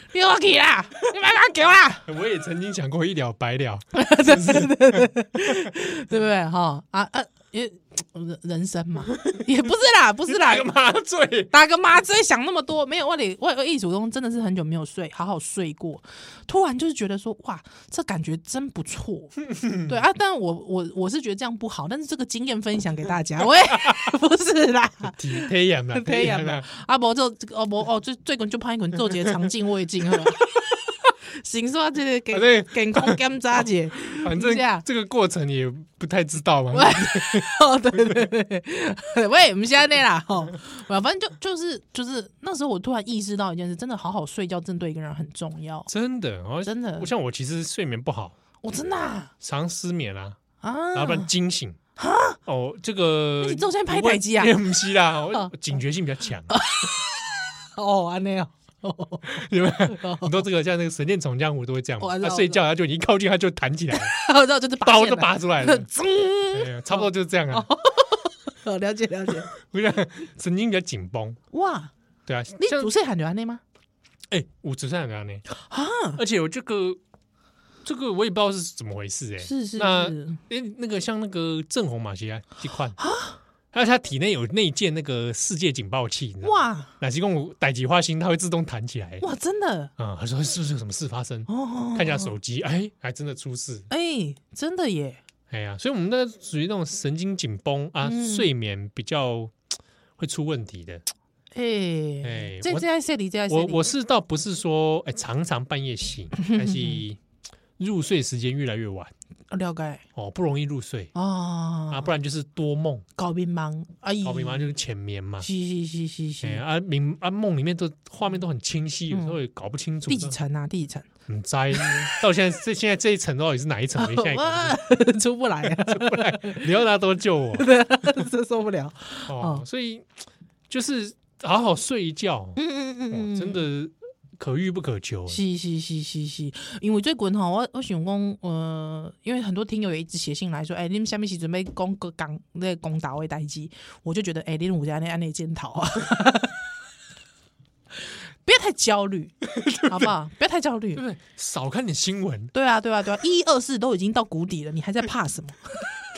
[SPEAKER 3] 你花 Kiki 啦，你把它给我啦，
[SPEAKER 2] 我也曾经想过一了百了，
[SPEAKER 3] 对不对哈？啊啊，也人生嘛， 也不是啦，不是啦
[SPEAKER 2] 打个。麻醉，
[SPEAKER 3] 打个麻醉想那么多，没有我得我我一组中真的是很久没有睡，好好睡过，突然就是觉得说哇，这感觉真 不错，对啊，但我我我是觉得这样不好，但是这个经验分享给大 家，喂， 不是啦，
[SPEAKER 2] 体体验 了，
[SPEAKER 3] 培养啦，啊无就哦无哦最最近就拍一滚做一个肠镜胃镜 好了，行说这个
[SPEAKER 2] 反
[SPEAKER 3] 健
[SPEAKER 2] 正
[SPEAKER 3] 健康检查者，
[SPEAKER 2] 反
[SPEAKER 3] 是啊
[SPEAKER 2] 正这个过程也不太知道嘛。
[SPEAKER 3] 哦对对对对，喂，我们现在那啦吼，反正就就是就是那时候我突然意识到一件事，真的好好睡觉，真的对一个人很重要，
[SPEAKER 2] 真的， 哦，
[SPEAKER 3] 真的
[SPEAKER 2] 我，像我其实睡眠不好，
[SPEAKER 3] 我真的啊，
[SPEAKER 2] 常失眠啊，
[SPEAKER 3] 啊
[SPEAKER 2] 然后不然惊醒。哦，这个
[SPEAKER 3] 那你之后现在拍台机啊
[SPEAKER 2] 因为不是啦，我
[SPEAKER 3] 哦
[SPEAKER 2] 我警觉性比较强，
[SPEAKER 3] 哦安内哦，
[SPEAKER 2] 因为
[SPEAKER 3] 哦
[SPEAKER 2] 很多这个像那个《神剑闯江湖》都会这样嘛
[SPEAKER 3] 我知，道
[SPEAKER 2] 他睡觉他就你一靠近他就弹起来 了，
[SPEAKER 3] 我知道就是拔
[SPEAKER 2] 刀
[SPEAKER 3] 线
[SPEAKER 2] 就
[SPEAKER 3] 了，
[SPEAKER 2] 拔出来了
[SPEAKER 3] 噌，
[SPEAKER 2] 对差不多就是这样啊。
[SPEAKER 3] 哦了解了解，
[SPEAKER 2] 我想神经比较紧绷，
[SPEAKER 3] 哇，
[SPEAKER 2] 对啊，
[SPEAKER 3] 你
[SPEAKER 2] 像
[SPEAKER 3] 主持喊就安内吗？啊
[SPEAKER 2] 哎、我只剩两个呢 而且我这个这个我也不知道是怎么回事哎、
[SPEAKER 3] 是是
[SPEAKER 2] 那
[SPEAKER 3] 是，
[SPEAKER 2] 哎、那个像那个正红马鞋一款
[SPEAKER 3] 啊
[SPEAKER 2] 还有他体内有内建那个世界警报器，你知道吗？
[SPEAKER 3] 哇
[SPEAKER 2] 哪些公逮几花心，它会自动弹起来。
[SPEAKER 3] 哇真的
[SPEAKER 2] 啊、他说是不是有什么事发生？
[SPEAKER 3] 哦，
[SPEAKER 2] 看一下手机，哎，还真的出事。
[SPEAKER 3] 哎、真的耶，
[SPEAKER 2] 哎呀，所以我们那属于那种神经紧绷啊，
[SPEAKER 3] 嗯
[SPEAKER 2] 睡眠比较会出问题的。
[SPEAKER 3] 哎、
[SPEAKER 2] 哎
[SPEAKER 3] 这
[SPEAKER 2] 我
[SPEAKER 3] 这在这里，这在这
[SPEAKER 2] 我
[SPEAKER 3] 里，
[SPEAKER 2] 我是倒不是说哎、常常半夜醒，但 是入睡时间越来越晚
[SPEAKER 3] 我了解
[SPEAKER 2] 哦，不容易入睡
[SPEAKER 3] 哦，
[SPEAKER 2] 啊，不然就是多梦，
[SPEAKER 3] 搞迷茫，哎，
[SPEAKER 2] 搞明嘛就是浅眠嘛。
[SPEAKER 3] 是是是是是，
[SPEAKER 2] 哎啊明啊梦里面都画面都很清晰，有时候也搞不清楚
[SPEAKER 3] 嗯第几层啊？第几层？
[SPEAKER 2] 很栽。到现在这现在这一层到底是哪一 层？我现在也搞不清楚
[SPEAKER 3] 出不来 啊，
[SPEAKER 2] 你要拿多哦救我
[SPEAKER 3] 这受不了。
[SPEAKER 2] 哦
[SPEAKER 3] 哦
[SPEAKER 2] 哦，所以就是好好睡一觉，
[SPEAKER 3] 嗯嗯嗯
[SPEAKER 2] 哦
[SPEAKER 3] 嗯，
[SPEAKER 2] 真的可遇不可求。
[SPEAKER 3] 是是是是是，因为最近吼，我我想讲，呃，因为很多听友也一直写信来说，哎、你们下面是准备讲个讲那公道的代志，我就觉得，哎、你们有在那安内检讨 啊，不要太焦虑，好不好？不要太焦虑
[SPEAKER 2] 对不。对？少看点新闻，
[SPEAKER 3] 对啊，对啊，对啊，一二四都已经到谷底了，你还在怕什么？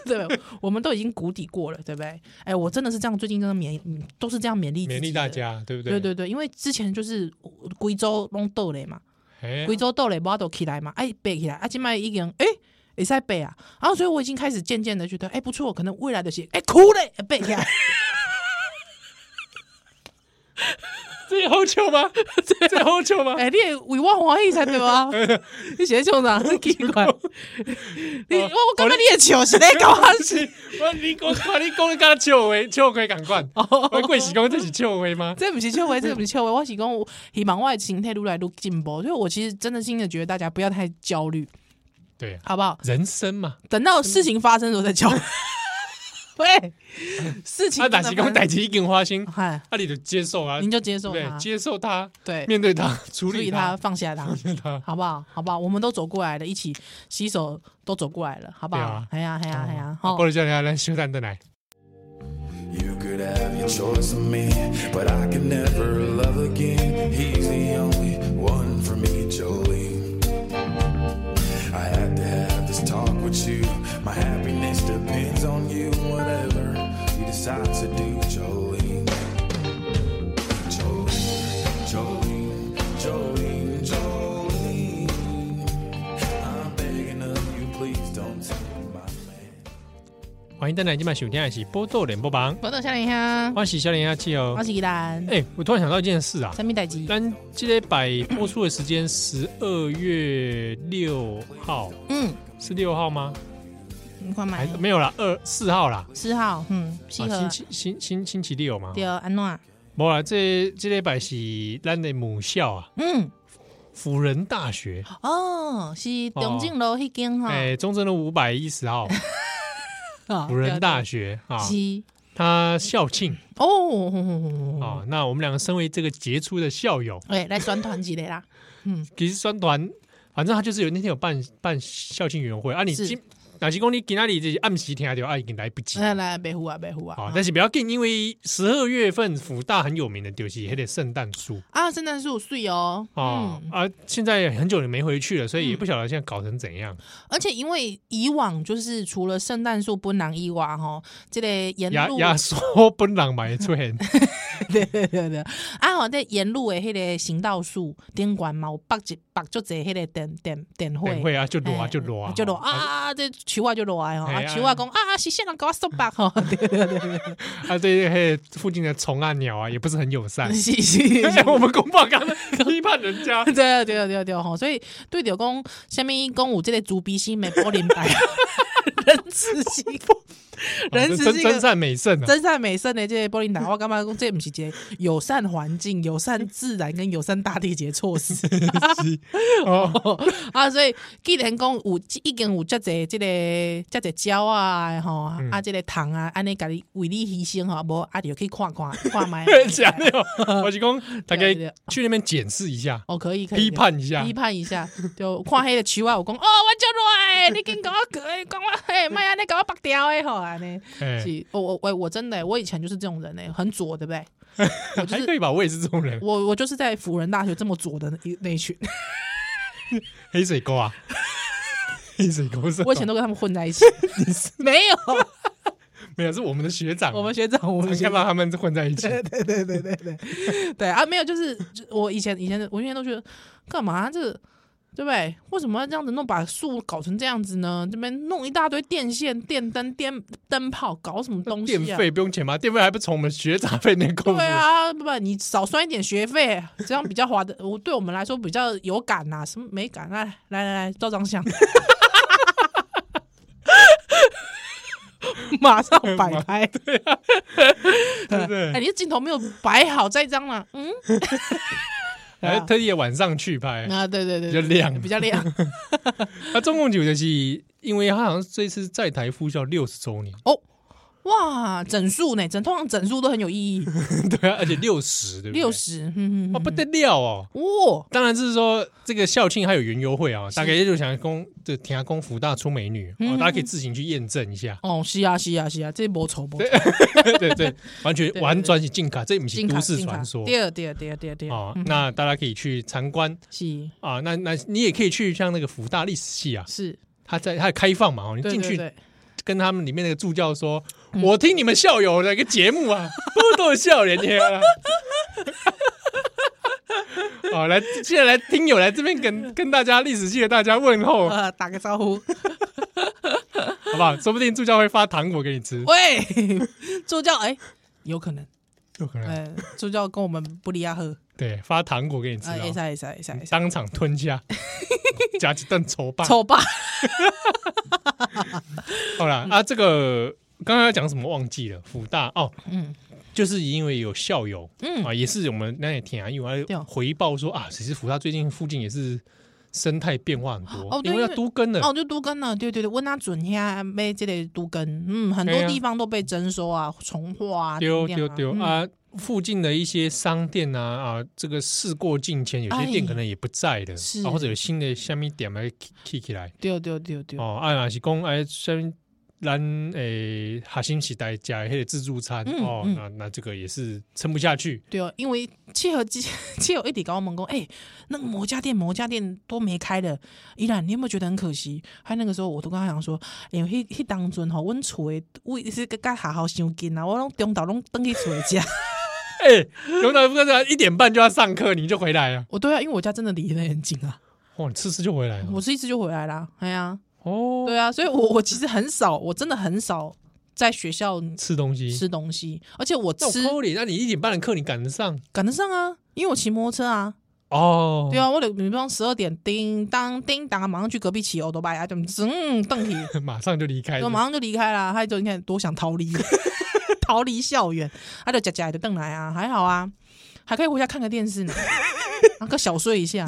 [SPEAKER 3] 对不对， 我们都已经谷底过了，对不对？哎，我真的是这样，最近真的勉嗯都是这样勉励自
[SPEAKER 2] 勉
[SPEAKER 3] 己
[SPEAKER 2] 励
[SPEAKER 3] 的
[SPEAKER 2] 大。家，对不对？
[SPEAKER 3] 对对对，因为之前就是贵州弄豆类嘛，
[SPEAKER 2] 对啊
[SPEAKER 3] 贵州豆类我都起来嘛，哎爬起来，啊，今麦已经哎也在背啊，然后所以我已经开始渐渐的觉得，哎不错，可能未来的是哎哭嘞背起来，
[SPEAKER 2] 这有好久 吗？这有好久吗？
[SPEAKER 3] 哎你也为我欢喜才对吧？ 你写笑啥？奇 怪，你我我
[SPEAKER 2] 哦
[SPEAKER 3] 感觉你也笑是在搞我是。
[SPEAKER 2] 是，我你讲，我你讲，你刚笑话，笑话赶 快，
[SPEAKER 3] 哦
[SPEAKER 2] 我贵是讲这是笑话吗？
[SPEAKER 3] 这不是笑话，这不是笑话，我是讲我希望我的心态愈来愈进步，所以我其实真的心的觉得大家不要太焦虑，
[SPEAKER 2] 对啊，
[SPEAKER 3] 好不好？
[SPEAKER 2] 人生嘛，
[SPEAKER 3] 等到事情发生的时候再 焦虑。喂，事情
[SPEAKER 2] 他打
[SPEAKER 3] 真的
[SPEAKER 2] 起
[SPEAKER 3] 发
[SPEAKER 2] 啊讲
[SPEAKER 3] 生哎
[SPEAKER 2] 打起一根花心，
[SPEAKER 3] 嗨，
[SPEAKER 2] 那你就接受啊，
[SPEAKER 3] 您
[SPEAKER 2] 对
[SPEAKER 3] 就接受
[SPEAKER 2] 不对
[SPEAKER 3] 它，
[SPEAKER 2] 接受他，
[SPEAKER 3] 对，
[SPEAKER 2] 面对他，处
[SPEAKER 3] 处
[SPEAKER 2] 理
[SPEAKER 3] 理
[SPEAKER 2] 他
[SPEAKER 3] 它，，放下它，
[SPEAKER 2] 面对他，
[SPEAKER 3] 好不好？好不好？我们都走过来了，一起洗手都走过来了，好不
[SPEAKER 2] 对
[SPEAKER 3] 好
[SPEAKER 2] 啊？
[SPEAKER 3] 哎呀，哎呀，哎呀，
[SPEAKER 2] 啊
[SPEAKER 3] 哦
[SPEAKER 2] 过来叫人家来修蛋的来，
[SPEAKER 4] You could have your choice of me, but I could never love again. He's the only one for me, Jolie. I had to have this talk with you. My happiness depends on you, whatever you decide to do, Jolie. Jolie, Jolie, Jolie, Jolie. I'm begging of you, please don't take my man.
[SPEAKER 2] 欢迎蛋来今晚收听的是波豆脸波榜，
[SPEAKER 3] 我等下一下，
[SPEAKER 2] 欢喜笑脸下气哦
[SPEAKER 3] 我。是依兰，
[SPEAKER 2] 哎，我突然想到一件事啊，
[SPEAKER 3] 三米待机，
[SPEAKER 2] 咱这礼拜播出的时间十二月六号，
[SPEAKER 3] 嗯，
[SPEAKER 2] 是六号吗？
[SPEAKER 3] 你快
[SPEAKER 2] 还
[SPEAKER 3] 买
[SPEAKER 2] 是没有啦，二四号啦，
[SPEAKER 3] 四号，嗯，西
[SPEAKER 2] 哎啊，
[SPEAKER 3] 河
[SPEAKER 2] 星，期星星星期六嘛。
[SPEAKER 3] 对，安诺，
[SPEAKER 2] 无啦，这这礼拜是咱的母校啊，
[SPEAKER 3] 嗯。
[SPEAKER 2] 辅仁大学，
[SPEAKER 3] 哦，是中正路迄间哈，
[SPEAKER 2] 哎、中正路五百一十号
[SPEAKER 3] 啊
[SPEAKER 2] 辅仁大学啊，
[SPEAKER 3] 是
[SPEAKER 2] 它校庆
[SPEAKER 3] 哦，
[SPEAKER 2] 啊。那我们两个身为这个杰出的校友，
[SPEAKER 3] 哎，来转团一 个啦，
[SPEAKER 2] 其实酸团，反正他就是有那天有办办校庆委员会啊你，
[SPEAKER 3] 是
[SPEAKER 2] 今哪是讲你今那里就是暗时听到啊，已经来不及。
[SPEAKER 3] 来来，白虎啊，白虎
[SPEAKER 2] 啊
[SPEAKER 3] 啊，，
[SPEAKER 2] 但是不要紧，因为十二月份福大很有名的就是还得圣诞树
[SPEAKER 3] 啊，圣诞树碎哦，
[SPEAKER 2] 啊
[SPEAKER 3] 嗯，
[SPEAKER 2] 啊，现在很久也没回去了，所以也不晓得现在搞成怎样。
[SPEAKER 3] 而且因为以往就是除了圣诞树本人以外吼，这个沿
[SPEAKER 2] 压
[SPEAKER 3] 路
[SPEAKER 2] 压缩本人嘛会出现，
[SPEAKER 3] 对对对对，啊，吼，在沿路的迄个行道树顶管嘛，有绑一绑足侪迄个电电电火。
[SPEAKER 2] 等会啊就
[SPEAKER 3] 哎
[SPEAKER 2] 落啊就落啊
[SPEAKER 3] 就落啊！这树啊就落啊！吼，
[SPEAKER 2] 哎
[SPEAKER 3] 啊
[SPEAKER 2] 啊
[SPEAKER 3] 树啊讲啊，是啥人给我收 绑吼？对对对对
[SPEAKER 2] 啊，对嘿，附近的虫啊、鸟啊，也不是很友善
[SPEAKER 3] 对，。是是是，
[SPEAKER 2] 哎， 我们公报刚刚批判人家
[SPEAKER 3] 对啊对啊对啊对啊吼，所以对着讲，下面讲有这个猪鼻心没玻璃白，啊 仁慈心，仁慈
[SPEAKER 2] 哦真
[SPEAKER 3] 是一
[SPEAKER 2] 真
[SPEAKER 3] 个。
[SPEAKER 2] 善美胜啊！
[SPEAKER 3] 真善美善的这个玻璃台，我干嘛讲这不是一个友善环境、友善自然跟友善大地节措施
[SPEAKER 2] 哦，。
[SPEAKER 3] 啊？所以既然讲有已经有这侪这个这侪鸟啊吼啊这个虫啊，安尼家己为你牺牲吼，无啊就去看看看卖
[SPEAKER 2] 假的 哦，我是讲大概
[SPEAKER 3] 对啊对
[SPEAKER 2] 去那边检视一下，
[SPEAKER 3] 哦，可以，可以
[SPEAKER 2] 批判一下
[SPEAKER 3] 批。判一下， 就看黑的球啊，我讲哦，我叫来，你紧讲我哥，讲我嘿，妈呀，你给我拔掉的吼安尼。
[SPEAKER 2] 哎，
[SPEAKER 3] 是，我我我我真的，我以前就是这种人哎，很左，对不对？我就
[SPEAKER 2] 还
[SPEAKER 3] 是
[SPEAKER 2] 可以吧，我也是这种人，
[SPEAKER 3] 我我就是在辅仁大学这么左的那一那 一群，
[SPEAKER 2] 黑水沟 啊，黑水沟是吧。
[SPEAKER 3] 我以前都跟他们混在一起。没 有，
[SPEAKER 2] 没有，是我们的学长，
[SPEAKER 3] 我们学长，我们
[SPEAKER 2] 常
[SPEAKER 3] 学
[SPEAKER 2] 看
[SPEAKER 3] 长
[SPEAKER 2] 到他们混在一起。
[SPEAKER 3] 对 对对对对对 对啊，没有，就是就我以前以前的，我以前都觉得干嘛啊这对不对？为什么要这样子弄？把树搞成这样子呢？这边弄一大堆电线、电灯、电灯泡，搞什么东西
[SPEAKER 2] 电
[SPEAKER 3] 啊？
[SPEAKER 2] 费不用钱吗？电费还不从我们学长费那扣？
[SPEAKER 3] 对，啊，不，你少算一点学费，这样比较划得，我对我们来说比较有感呐、什么美感啊？来来来，照张相， 马上摆拍。
[SPEAKER 2] 对不对
[SPEAKER 3] 哎，？你的镜头没有摆好，再一张啦。嗯，哎
[SPEAKER 2] 还特意晚上去拍。啊
[SPEAKER 3] 啊，对对对，
[SPEAKER 2] 比较亮
[SPEAKER 3] 比较亮。
[SPEAKER 2] 那中共九就是因为他好像这次在台复校六十周年，
[SPEAKER 3] 哇，整数呢，整通常整数都很有意 义，
[SPEAKER 2] 对啊，而且六十，对不对？
[SPEAKER 3] 六十，嗯嗯，
[SPEAKER 2] 哇，不得了哦！
[SPEAKER 3] 哦，。
[SPEAKER 2] 当然是说这个校庆还有云优惠啊，大概就想公就天下公福大出美女哦，大家可以自行去验证一下
[SPEAKER 3] 哦，是啊是啊是啊，这无错无错，
[SPEAKER 2] 对对，完全
[SPEAKER 3] 对
[SPEAKER 2] 完全是进卡，这不是
[SPEAKER 3] 金卡
[SPEAKER 2] 都市
[SPEAKER 3] 金卡
[SPEAKER 2] 传说
[SPEAKER 3] 对对对对对，
[SPEAKER 2] 啊
[SPEAKER 3] 嗯。
[SPEAKER 2] 那大家可以去参观
[SPEAKER 3] 是
[SPEAKER 2] 啊，那那你也可以去像那个福大历史系啊，
[SPEAKER 3] 是，
[SPEAKER 2] 它在它开放嘛哦，你
[SPEAKER 3] 对
[SPEAKER 2] 进
[SPEAKER 3] 对
[SPEAKER 2] 去
[SPEAKER 3] 对，嗯
[SPEAKER 2] 跟他们里面那个助教说：“我听你们校友的一个节目啊， 多多笑脸天啊。” 好，哦来，现在来听友来这边跟跟大家历史系的大家问候，好
[SPEAKER 3] 呃，打个招呼，
[SPEAKER 2] 不 好？说不定助教会发糖果给你吃，
[SPEAKER 3] 喂， 助教，哎，有可能，
[SPEAKER 2] 有可能
[SPEAKER 3] 呃，助教跟我们不离亚赫，
[SPEAKER 2] 对发糖果给你吃
[SPEAKER 3] 哎，
[SPEAKER 2] 啊
[SPEAKER 3] 哎，塞哎塞哎塞哎塞，
[SPEAKER 2] 当场吞 下，夹几顿愁吧。
[SPEAKER 3] 丑吧，
[SPEAKER 2] 好
[SPEAKER 3] 嗯
[SPEAKER 2] 啦，啊，这个刚刚要讲什么忘记了？福大哦，
[SPEAKER 3] 嗯，
[SPEAKER 2] 就是因为有校友，
[SPEAKER 3] 嗯
[SPEAKER 2] 啊，也是我们那也挺啊，因为
[SPEAKER 3] 对哦
[SPEAKER 2] 回报说啊，其实福大最近附近也是生态变化很多，
[SPEAKER 3] 哦对
[SPEAKER 2] 因为要
[SPEAKER 3] 因为
[SPEAKER 2] 都更了，
[SPEAKER 3] 哦，就都根了，对对对，温阿准遐被这类都根，嗯，很
[SPEAKER 2] 对
[SPEAKER 3] 多
[SPEAKER 2] 啊
[SPEAKER 3] 地方都被征收啊、重化啊、
[SPEAKER 2] 丢
[SPEAKER 3] 定量
[SPEAKER 2] 丢丢
[SPEAKER 3] 嗯
[SPEAKER 2] 啊，附近的一些商店啊啊，这个事过境迁，有些
[SPEAKER 3] 哎
[SPEAKER 2] 店可能也不在的，
[SPEAKER 3] 是
[SPEAKER 2] 啊，或者有新的下面点来 k 起来，
[SPEAKER 3] 对对对对，
[SPEAKER 2] 哦，啊，若是讲哎，下面。咱诶，哈新时代加迄个自助餐、
[SPEAKER 3] 嗯
[SPEAKER 2] 哦，
[SPEAKER 3] 嗯
[SPEAKER 2] 那那这个也是撑不下去，
[SPEAKER 3] 对哦，因为七和 之七和一直跟我们讲，哎、那个某家店某家店都没开了，依然你有没有觉得很可惜？还那个时候我都跟他讲说，因为迄迄当阵吼，阮厝的位是跟跟学校伤近啊，我拢中岛拢登去厝的家。
[SPEAKER 2] 哎、永岛哥啊在一点半就要上课，你就回来了。哦
[SPEAKER 3] 我对啊，因为我家真的离那很近啊，
[SPEAKER 2] 哇，你吃吃就回来了。
[SPEAKER 3] 我是一次就回来啦。哎呀、
[SPEAKER 2] 哦，
[SPEAKER 3] 对啊，所以我我其实很少，我真的很少在学校
[SPEAKER 2] 吃东西。
[SPEAKER 3] 吃东西，而且我
[SPEAKER 2] 那我
[SPEAKER 3] 吃
[SPEAKER 2] 扣你，那你一点半的课你赶得上
[SPEAKER 3] 赶得上啊，因为我骑摩托车啊。
[SPEAKER 2] 哦？
[SPEAKER 3] 对啊，我得比方十二点叮当叮当，马上去隔壁骑欧都拜啊，就嗯邓 体，
[SPEAKER 2] 啊， 马上就离开
[SPEAKER 3] 就
[SPEAKER 2] 了。
[SPEAKER 3] 马上就离开了。他就你看多想 逃离，逃离校园，他就夹夹的邓来啊，还好啊，还可以回家看个电 视呢，啊，可小睡一下，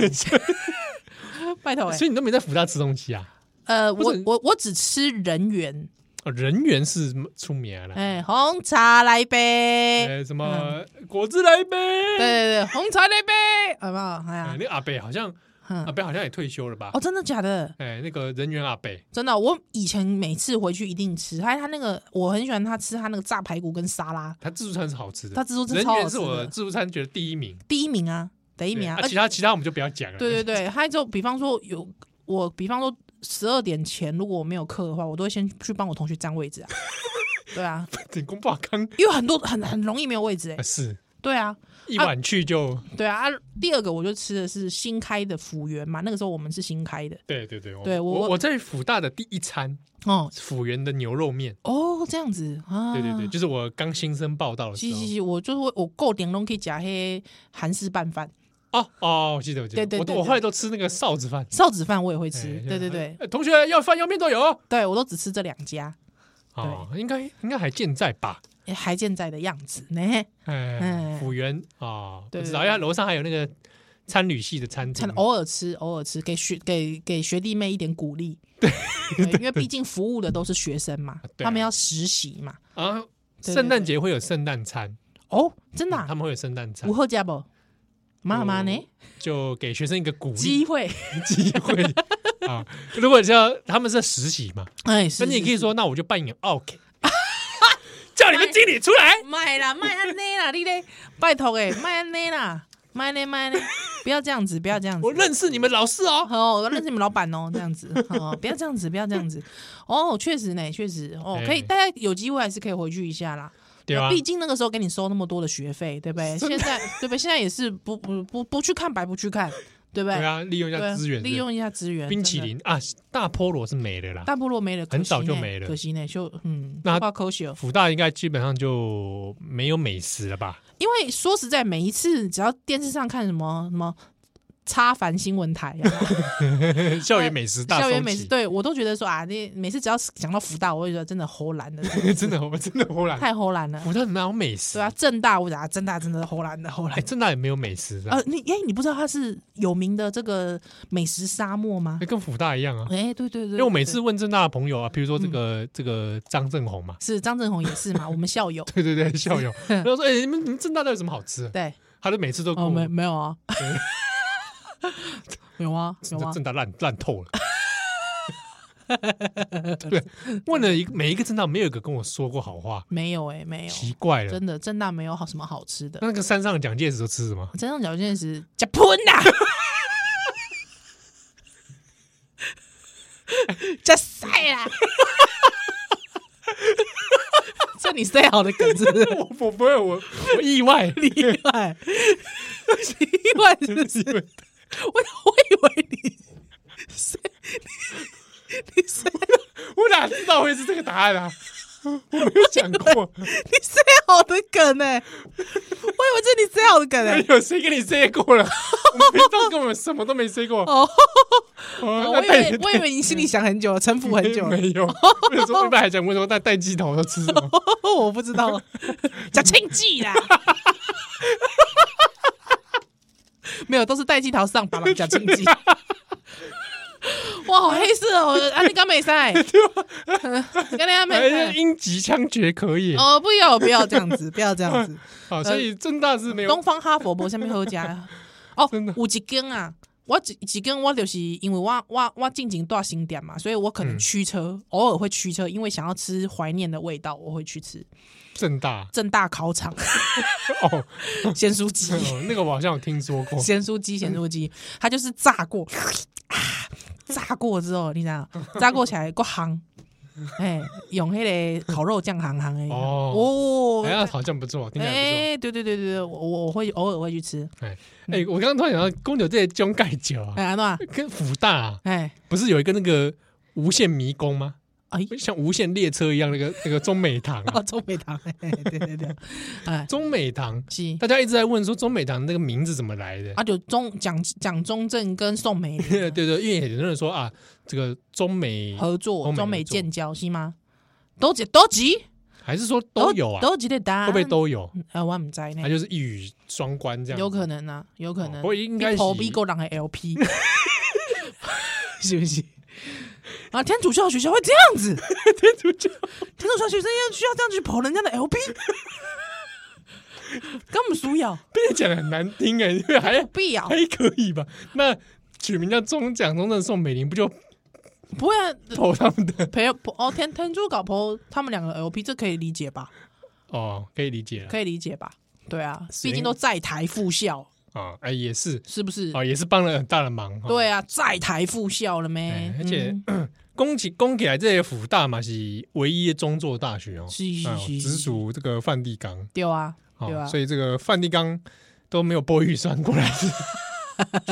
[SPEAKER 3] 拜托哎、
[SPEAKER 2] 所以你都没在福大吃东西啊？
[SPEAKER 3] 呃，
[SPEAKER 2] 不
[SPEAKER 3] 我
[SPEAKER 2] 是
[SPEAKER 3] 我我只吃人缘，
[SPEAKER 2] 哦，人员是出名了。
[SPEAKER 3] 哎、红茶来一杯，
[SPEAKER 2] 呃，什么果汁来一
[SPEAKER 3] 对
[SPEAKER 2] 杯？
[SPEAKER 3] 啊对对，红茶来一杯，好不好？哎
[SPEAKER 2] 哎
[SPEAKER 3] 呀，
[SPEAKER 2] 那个阿北好像
[SPEAKER 3] 嗯
[SPEAKER 2] 阿北好像也退休了吧
[SPEAKER 3] 哦，？真的假的？
[SPEAKER 2] 哎，那个人员阿北
[SPEAKER 3] 真的，我以前每次回去一定吃，还有他那个我很喜欢他吃他那个炸排骨跟沙拉，
[SPEAKER 2] 他自助餐是好吃的，
[SPEAKER 3] 他自助餐
[SPEAKER 2] 人
[SPEAKER 3] 超好
[SPEAKER 2] 员
[SPEAKER 3] 吃
[SPEAKER 2] 是我
[SPEAKER 3] 的
[SPEAKER 2] 自助餐觉得第一名，
[SPEAKER 3] 第一名啊，第一名啊，
[SPEAKER 2] 对
[SPEAKER 3] 而
[SPEAKER 2] 其他其他我们就不要讲了。
[SPEAKER 3] 对对对，还有就比方说有我，比方说十二点前如果我没有课的话，我都会先去帮我同学占 位置啊，对啊，
[SPEAKER 2] 对，公报 刚
[SPEAKER 3] 因为很多很很容易没有位置哎、
[SPEAKER 2] 啊是
[SPEAKER 3] 对啊，
[SPEAKER 2] 一晚去就
[SPEAKER 3] 对啊啊，第二个我就吃的是新开的府园嘛，那个时候我们是新开的
[SPEAKER 2] 对对对，我
[SPEAKER 3] 对我
[SPEAKER 2] 我我在福大的第一餐
[SPEAKER 3] 哦
[SPEAKER 2] 府园的牛肉面，
[SPEAKER 3] 哦这样子啊，
[SPEAKER 2] 对对对，。就是我刚新生报道的时
[SPEAKER 3] 是
[SPEAKER 2] 候
[SPEAKER 3] 是，是，我就是会我够点拢可以夹黑韩式拌饭，
[SPEAKER 2] 哦哦，我记得我记得，
[SPEAKER 3] 对对
[SPEAKER 2] 我
[SPEAKER 3] 对
[SPEAKER 2] 我
[SPEAKER 3] 对
[SPEAKER 2] 后来都吃那个臊子饭，
[SPEAKER 3] 臊子饭我也会
[SPEAKER 2] 哎
[SPEAKER 3] 吃，
[SPEAKER 2] 就
[SPEAKER 3] 对对对
[SPEAKER 2] 哎同学要饭要面都有哦
[SPEAKER 3] 对，我都只吃这两家，
[SPEAKER 2] 哦，应该应该还健在吧？
[SPEAKER 3] 哎还健在的样子 呢。
[SPEAKER 2] 哎，
[SPEAKER 3] 哎
[SPEAKER 2] 辅员啊，不
[SPEAKER 3] 对
[SPEAKER 2] 知
[SPEAKER 3] 对
[SPEAKER 2] 道，
[SPEAKER 3] 对哦
[SPEAKER 2] 因为楼上还有那个餐旅系的餐
[SPEAKER 3] 才
[SPEAKER 2] 厅
[SPEAKER 3] 能，偶尔吃，偶尔吃，给学给给学弟妹一点鼓 励。对，因为毕竟服务的都是学生嘛，
[SPEAKER 2] 对啊
[SPEAKER 3] 他们要实习嘛。
[SPEAKER 2] 啊，
[SPEAKER 3] 对对
[SPEAKER 2] 圣诞节会有圣诞餐，
[SPEAKER 3] 哦，真的、
[SPEAKER 2] 嗯他
[SPEAKER 3] 啊，
[SPEAKER 2] 们会有哦圣诞餐
[SPEAKER 3] 午，后加不？妈妈呢？
[SPEAKER 2] 就给学生一个鼓励
[SPEAKER 3] 机 会，
[SPEAKER 2] 机会啊。如果是要他们是实习嘛，
[SPEAKER 3] 哎，
[SPEAKER 2] 那
[SPEAKER 3] 是
[SPEAKER 2] 你也可以说，那我就扮演 OK，
[SPEAKER 3] 叫
[SPEAKER 2] 你们经理出来，
[SPEAKER 3] 卖啦，卖安内啦，你嘞，拜托哎，卖安内啦，卖呢卖呢，不要这样子，不要这样子
[SPEAKER 2] 我。认识你们老师哦。
[SPEAKER 3] 哦，我认识你们老板哦，这 样子哦，不要这样子，不要这样子。 哦，确实呢，确实哦，可以，
[SPEAKER 2] 哎
[SPEAKER 3] 大家有机会还是可以回去一下啦。
[SPEAKER 2] 对啊
[SPEAKER 3] 毕竟那个时候给你收那么多的学费，对不对？现在 对不对？现在也是不不不不去看白不去看，对不对？
[SPEAKER 2] 对啊，利用一
[SPEAKER 3] 对
[SPEAKER 2] 下
[SPEAKER 3] 啊，
[SPEAKER 2] 资源，
[SPEAKER 3] 利用一下资源。
[SPEAKER 2] 冰淇
[SPEAKER 3] 真的，
[SPEAKER 2] 淋啊，大菠萝是没的啦。
[SPEAKER 3] 大菠萝没了，可
[SPEAKER 2] 很早
[SPEAKER 3] 惜
[SPEAKER 2] 就
[SPEAKER 3] 呢
[SPEAKER 2] 没了
[SPEAKER 3] 可惜呢，就嗯，
[SPEAKER 2] 那
[SPEAKER 3] 花口秀。
[SPEAKER 2] 福大应该基本上就没有美食了吧？
[SPEAKER 3] 因为说实在，每一次只要电视上看什么什么插凡新闻台、啊，
[SPEAKER 2] 校园美食 大
[SPEAKER 3] 校园
[SPEAKER 2] 收
[SPEAKER 3] 美
[SPEAKER 2] 集
[SPEAKER 3] 食，对我都觉得说啊，你每次只要讲到福大，我就觉得真的齁蓝的，
[SPEAKER 2] 真的，我真的忽然，
[SPEAKER 3] 太齁蓝了。
[SPEAKER 2] 福大哪有美食
[SPEAKER 3] 对啊，？正大我讲啊，正大真的齁蓝的齁 蓝
[SPEAKER 2] 哎，。正大也没有美食啊的
[SPEAKER 3] 呃，，你哎、你不知道它是有名的这个美食沙漠吗
[SPEAKER 2] 哎？跟福大一样啊。
[SPEAKER 3] 哎、对对对，
[SPEAKER 2] 因为我每
[SPEAKER 3] 对嗯
[SPEAKER 2] 次问正大的朋友啊，比如说这个这个张正宏嘛，
[SPEAKER 3] 是张正宏也是嘛，我们校 友
[SPEAKER 2] 对对对，校 友，然后说哎，你们你们正大到底有什么好吃？
[SPEAKER 3] 对，
[SPEAKER 2] 他就每次都跟
[SPEAKER 3] 哦
[SPEAKER 2] 我
[SPEAKER 3] 没没有啊， 有啊有啊
[SPEAKER 2] 正，大烂烂 透了。对，问了一个每一个正大，没有一个跟我说过好话，
[SPEAKER 3] 没有哎、没有，
[SPEAKER 2] 奇怪了。
[SPEAKER 3] 真的正大没有好什么好吃的。
[SPEAKER 2] 那个山上的蒋介石都吃什 么？
[SPEAKER 3] 真上小件是假喷呐，假晒啦。 这你最好的梗是不是？
[SPEAKER 2] 我我不会，我 我意外，
[SPEAKER 3] 意 外，意外是 不是？我我以为你谁？你你谁？
[SPEAKER 2] 我哪知道会是这个答案啊？我没有想 过，
[SPEAKER 3] 你最好的梗呢、我以为这是你最好的 梗呢、
[SPEAKER 2] 哎有谁跟你 say 过了？我们平常跟我们什么都没 say 过。
[SPEAKER 3] 哦，
[SPEAKER 2] 哦
[SPEAKER 3] 我
[SPEAKER 2] 那
[SPEAKER 3] 以
[SPEAKER 2] 戴
[SPEAKER 3] 为我以为你心里想很久了，城府很久了
[SPEAKER 2] 没，有， 我有时候一般还想问说，那戴鸡头要吃什么？
[SPEAKER 3] 我不知 道，叫庆忌啦。没有，都是戴季桃 上榜了，讲庆忌。哇，好黑色哦！啊，你刚 没塞，刚才没
[SPEAKER 2] 哎，
[SPEAKER 3] 塞。
[SPEAKER 2] 英吉枪决可以
[SPEAKER 3] 哦，不要不要这样 子，不要这样子。
[SPEAKER 2] 好，所以正大是没有
[SPEAKER 3] 东方哈佛无啥物好食 啊。哦
[SPEAKER 2] 真的，
[SPEAKER 3] 有一间啊，我一一间我就是因为我我我进前大新店嘛，所以我可能
[SPEAKER 2] 嗯
[SPEAKER 3] 驱车，偶尔会驱车，因为想要吃怀念的味道，我会去吃
[SPEAKER 2] 正大
[SPEAKER 3] 正大烤场
[SPEAKER 2] 哦，
[SPEAKER 3] 鲜蔬 鸡。
[SPEAKER 2] 哦那个我好像有听说过，
[SPEAKER 3] 咸酥鸡，咸酥鸡，它就是炸过，啊炸过之后，你知道，炸过起来够夯，哎，用那个烤肉酱夯夯哎，
[SPEAKER 2] 哦
[SPEAKER 3] 哦
[SPEAKER 2] 哎，呀，好像不错，听起来
[SPEAKER 3] 哎，对对对对对，我我我会偶尔会去吃，
[SPEAKER 2] 不错。哎哎，我刚刚突然想到，公牛这些中盖酒啊，
[SPEAKER 3] 嗯哎，安诺，
[SPEAKER 2] 跟福大啊
[SPEAKER 3] 哎
[SPEAKER 2] 不是有一个那个无限迷宫吗？
[SPEAKER 3] 哎，
[SPEAKER 2] 像无限列车一样，那个那个中美堂啊
[SPEAKER 3] 哦，，中北堂，哎对对对，哎，
[SPEAKER 2] 中美堂，
[SPEAKER 3] 是，
[SPEAKER 2] 大家一直在问说中美堂那个名字怎么来的？
[SPEAKER 3] 啊，就中蒋蒋中正跟宋美龄
[SPEAKER 2] 对对，因为很多人说啊，这个中美
[SPEAKER 3] 合作，
[SPEAKER 2] 中美合作
[SPEAKER 3] 中美建交是吗？都几都几
[SPEAKER 2] 还是说都有啊，
[SPEAKER 3] 都几的答案
[SPEAKER 2] 会不会？都啊有？
[SPEAKER 3] 哎，我唔知呢
[SPEAKER 2] 它，就是一语双关这样，
[SPEAKER 3] 有可能啊，有可能。
[SPEAKER 2] 哦我应该是
[SPEAKER 3] 你头比够人的 LP，是不是？啊，天主教学校会这样子？
[SPEAKER 2] 天主教
[SPEAKER 3] 天主教学生要需要这样去跑人家的 LP？根本输要
[SPEAKER 2] 被讲的很难听 哎，因为还
[SPEAKER 3] 必要，
[SPEAKER 2] 还可以吧？那取名叫中奖中正宋美龄，不就
[SPEAKER 3] 不会啊
[SPEAKER 2] 跑他们的
[SPEAKER 3] 陪哦天天主搞婆他们两个 LP，这可以理解吧？
[SPEAKER 2] 哦？可以理解了
[SPEAKER 3] 可以理解吧？对啊，
[SPEAKER 2] 行
[SPEAKER 3] 毕竟都在台附校，
[SPEAKER 2] 啊，哎，也是
[SPEAKER 3] 是不是？
[SPEAKER 2] 哦，也是帮了很大的忙。哦
[SPEAKER 3] 对啊，在台附校了没
[SPEAKER 2] 哎？而且
[SPEAKER 3] 嗯
[SPEAKER 2] 供起供起来，这些辅大嘛是唯一的中座大学哦，
[SPEAKER 3] 是是
[SPEAKER 2] 哎呦
[SPEAKER 3] 是
[SPEAKER 2] 直属这个梵蒂冈
[SPEAKER 3] 对啊，对
[SPEAKER 2] 哦
[SPEAKER 3] 啊，
[SPEAKER 2] 所以这个梵蒂冈都没有拨预算过 来，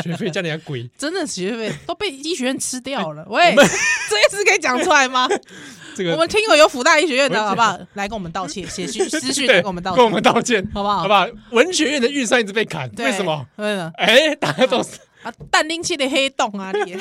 [SPEAKER 2] 学费加点贵。
[SPEAKER 3] 真的学费都被医学院吃掉
[SPEAKER 2] 哎
[SPEAKER 3] 了。喂， 这件事可以讲出 来吗？
[SPEAKER 2] 这个
[SPEAKER 3] 我们听友有辅大医学院的
[SPEAKER 2] 我
[SPEAKER 3] 好不好？来跟我们道歉，写信私讯来
[SPEAKER 2] 对
[SPEAKER 3] 跟我们道
[SPEAKER 2] 跟
[SPEAKER 3] 歉
[SPEAKER 2] 我，们道歉，
[SPEAKER 3] 好不好
[SPEAKER 2] 好？吧，文学院的预算一直被砍，
[SPEAKER 3] 对
[SPEAKER 2] 为什么？？
[SPEAKER 3] 为什么
[SPEAKER 2] 哎，大家都是
[SPEAKER 3] 啊？淡丁期的黑洞啊！ 你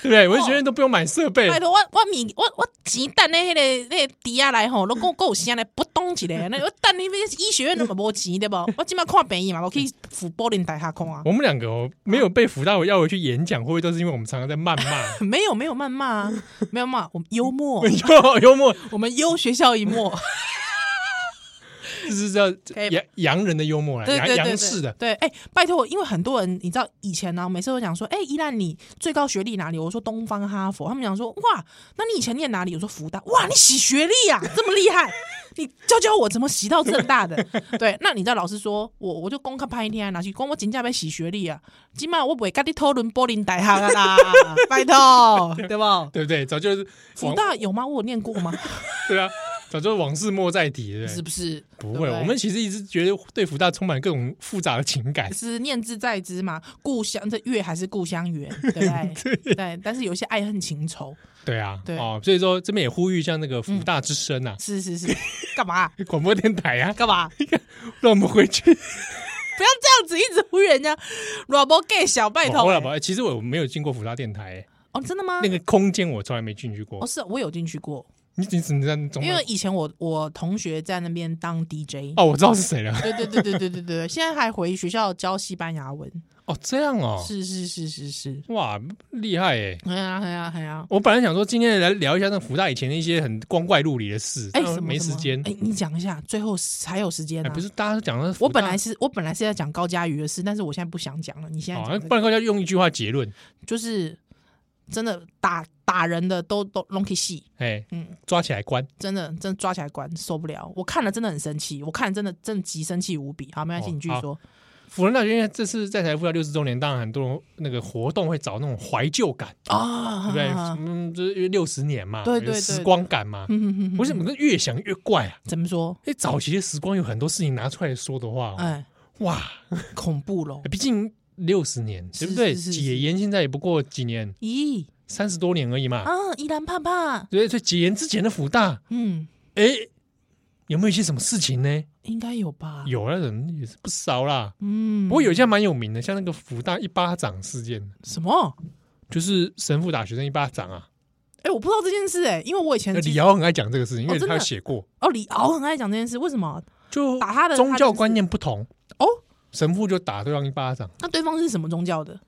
[SPEAKER 2] 对不对？文学院都不用买设备，
[SPEAKER 3] 拜托我我米我我钱等的迄个那个底下来吼，都够够声来不动一个。那我等你们医学院那么无钱对不？我即摆看病医嘛，我去辅柏林大厦看啊。？
[SPEAKER 2] 我们两个哦，没有被辅大委要回去演讲，会不会都是因为我们常常在谩骂
[SPEAKER 3] 没有没有谩骂啊，没有骂，我们 幽默，
[SPEAKER 2] 幽幽默，
[SPEAKER 3] 我们优学校一默，
[SPEAKER 2] 就是叫
[SPEAKER 3] 可以
[SPEAKER 2] 洋洋人的幽默啦，
[SPEAKER 3] 对
[SPEAKER 2] 洋
[SPEAKER 3] 对对
[SPEAKER 2] 洋式
[SPEAKER 3] 对
[SPEAKER 2] 的，，
[SPEAKER 3] 对，哎，拜托，因为很多人你知道以前呢、每次都讲说，哎，依兰你最高学历哪里？我说东方哈佛，他们讲说，哇，那你以前念哪里？我说福大，哇，你洗学历啊， 这么厉害，你教教我怎么洗到正大的？ 对，那你知道老师说我我就功课拍一天啊，拿去光我请假被洗学历啊，今晚我不会跟你讨论柏林大学啊啦，拜托，对 不？
[SPEAKER 2] 对不对？早就是
[SPEAKER 3] 福大有吗？我有念过吗？
[SPEAKER 2] 对啊，早就往事莫再提，对不
[SPEAKER 3] 是
[SPEAKER 2] 对？
[SPEAKER 3] 不是？
[SPEAKER 2] 不
[SPEAKER 3] 对
[SPEAKER 2] 会，
[SPEAKER 3] 对
[SPEAKER 2] 我们其实一直觉得对福大充满各种复杂的情感。
[SPEAKER 3] 思念之在之嘛，故乡这月还是故乡圆，对 不对？对但是有一些爱恨情仇，
[SPEAKER 2] 对啊，
[SPEAKER 3] 对
[SPEAKER 2] 哦，所以说这边也呼吁像那个福大之声啊，
[SPEAKER 3] 是是是，干嘛
[SPEAKER 2] 广播电台啊，
[SPEAKER 3] 干嘛？
[SPEAKER 2] 让我们回去
[SPEAKER 3] 不要这样子一直呼吁人家软包 gay 小，拜
[SPEAKER 2] 我
[SPEAKER 3] 托、
[SPEAKER 2] 老婆，哎其实我没有进过福大电台、哎
[SPEAKER 3] 哦，真的吗？
[SPEAKER 2] 那个空间我从来没进去过
[SPEAKER 3] 哦，。是我有进去过，
[SPEAKER 2] 你你怎么知道？总
[SPEAKER 3] 因为以前我我同学在那边当 DJ，、
[SPEAKER 2] 哦，我知道是谁了。
[SPEAKER 3] 对对对对对对对，现在还回学校教西班牙文，
[SPEAKER 2] 哦，这样哦，
[SPEAKER 3] 是是是是是，
[SPEAKER 2] 哇，厉害哎！
[SPEAKER 3] 哎呀哎呀哎呀，
[SPEAKER 2] 我本来想说今天来聊一下那福大以前的一些很光怪陆离的事，
[SPEAKER 3] 哎、
[SPEAKER 2] 但
[SPEAKER 3] 什么
[SPEAKER 2] 没
[SPEAKER 3] 什
[SPEAKER 2] 时
[SPEAKER 3] 么
[SPEAKER 2] 间。
[SPEAKER 3] 哎、你讲一下，最后才有时间
[SPEAKER 2] 哎，
[SPEAKER 3] 啊、
[SPEAKER 2] 不是，大家都讲的。
[SPEAKER 3] 我本来是我本来是要讲高佳瑜的事，但是我现在不想讲了。你现在
[SPEAKER 2] 好，
[SPEAKER 3] 讲
[SPEAKER 2] 那
[SPEAKER 3] 这
[SPEAKER 2] 不
[SPEAKER 3] 个
[SPEAKER 2] 然要用一句话结论，
[SPEAKER 3] 就是真的打打人的都都 l o n k 戏，
[SPEAKER 2] 哎，
[SPEAKER 3] 嗯，
[SPEAKER 2] 抓起来关。
[SPEAKER 3] 真的真的抓起来关，受不了。我看了真的很生气，我看了真的真的极生气无比。好，没关系，
[SPEAKER 2] 哦
[SPEAKER 3] 你继续
[SPEAKER 2] 好
[SPEAKER 3] 说。
[SPEAKER 2] 辅仁大学因为这次在台复校六十周年，当然很多人那个活动会找那种怀旧感，对
[SPEAKER 3] 啊，
[SPEAKER 2] 不对？
[SPEAKER 3] 哼
[SPEAKER 2] 嗯，就是因为六十年嘛，
[SPEAKER 3] 对对
[SPEAKER 2] 有
[SPEAKER 3] 对嗯
[SPEAKER 2] 时光感嘛。
[SPEAKER 3] 哼哼
[SPEAKER 2] 我怎么越想越怪啊？
[SPEAKER 3] 怎么说？
[SPEAKER 2] 哎，早期的时光有很多事情拿出来说的话哦，
[SPEAKER 3] 哎，
[SPEAKER 2] 哇，
[SPEAKER 3] 恐怖咯。
[SPEAKER 2] 毕竟六十年，对不
[SPEAKER 3] 是
[SPEAKER 2] 对？
[SPEAKER 3] 是是
[SPEAKER 2] 解
[SPEAKER 3] 是
[SPEAKER 2] 严现在也不过几年，
[SPEAKER 3] 咦
[SPEAKER 2] 三十多年而已嘛。
[SPEAKER 3] 啊，依兰怕怕，
[SPEAKER 2] 所以，所以解严之前的福大，
[SPEAKER 3] 嗯，
[SPEAKER 2] 哎，有没有一些什么事情呢？
[SPEAKER 3] 应该有吧？，
[SPEAKER 2] 有啊，人也是不少啦。
[SPEAKER 3] 嗯，
[SPEAKER 2] 不过有一件蛮有名的，像那个福大一巴掌事件，
[SPEAKER 3] 什么？
[SPEAKER 2] 就是神父打学生一巴掌啊。
[SPEAKER 3] 哎，我不知道这件事哎，因为我以前
[SPEAKER 2] 那李
[SPEAKER 3] 记
[SPEAKER 2] 敖很爱讲这个事情，因
[SPEAKER 3] 哦
[SPEAKER 2] 为
[SPEAKER 3] 真
[SPEAKER 2] 他
[SPEAKER 3] 的
[SPEAKER 2] 有写过，
[SPEAKER 3] 哦，李敖很爱讲这件事，为什么？
[SPEAKER 2] 就
[SPEAKER 3] 打他的
[SPEAKER 2] 宗
[SPEAKER 3] 他
[SPEAKER 2] 教
[SPEAKER 3] 就是
[SPEAKER 2] 观念不同
[SPEAKER 3] 哦，
[SPEAKER 2] 神父就打对方一巴掌，
[SPEAKER 3] 那对方是什么宗教的？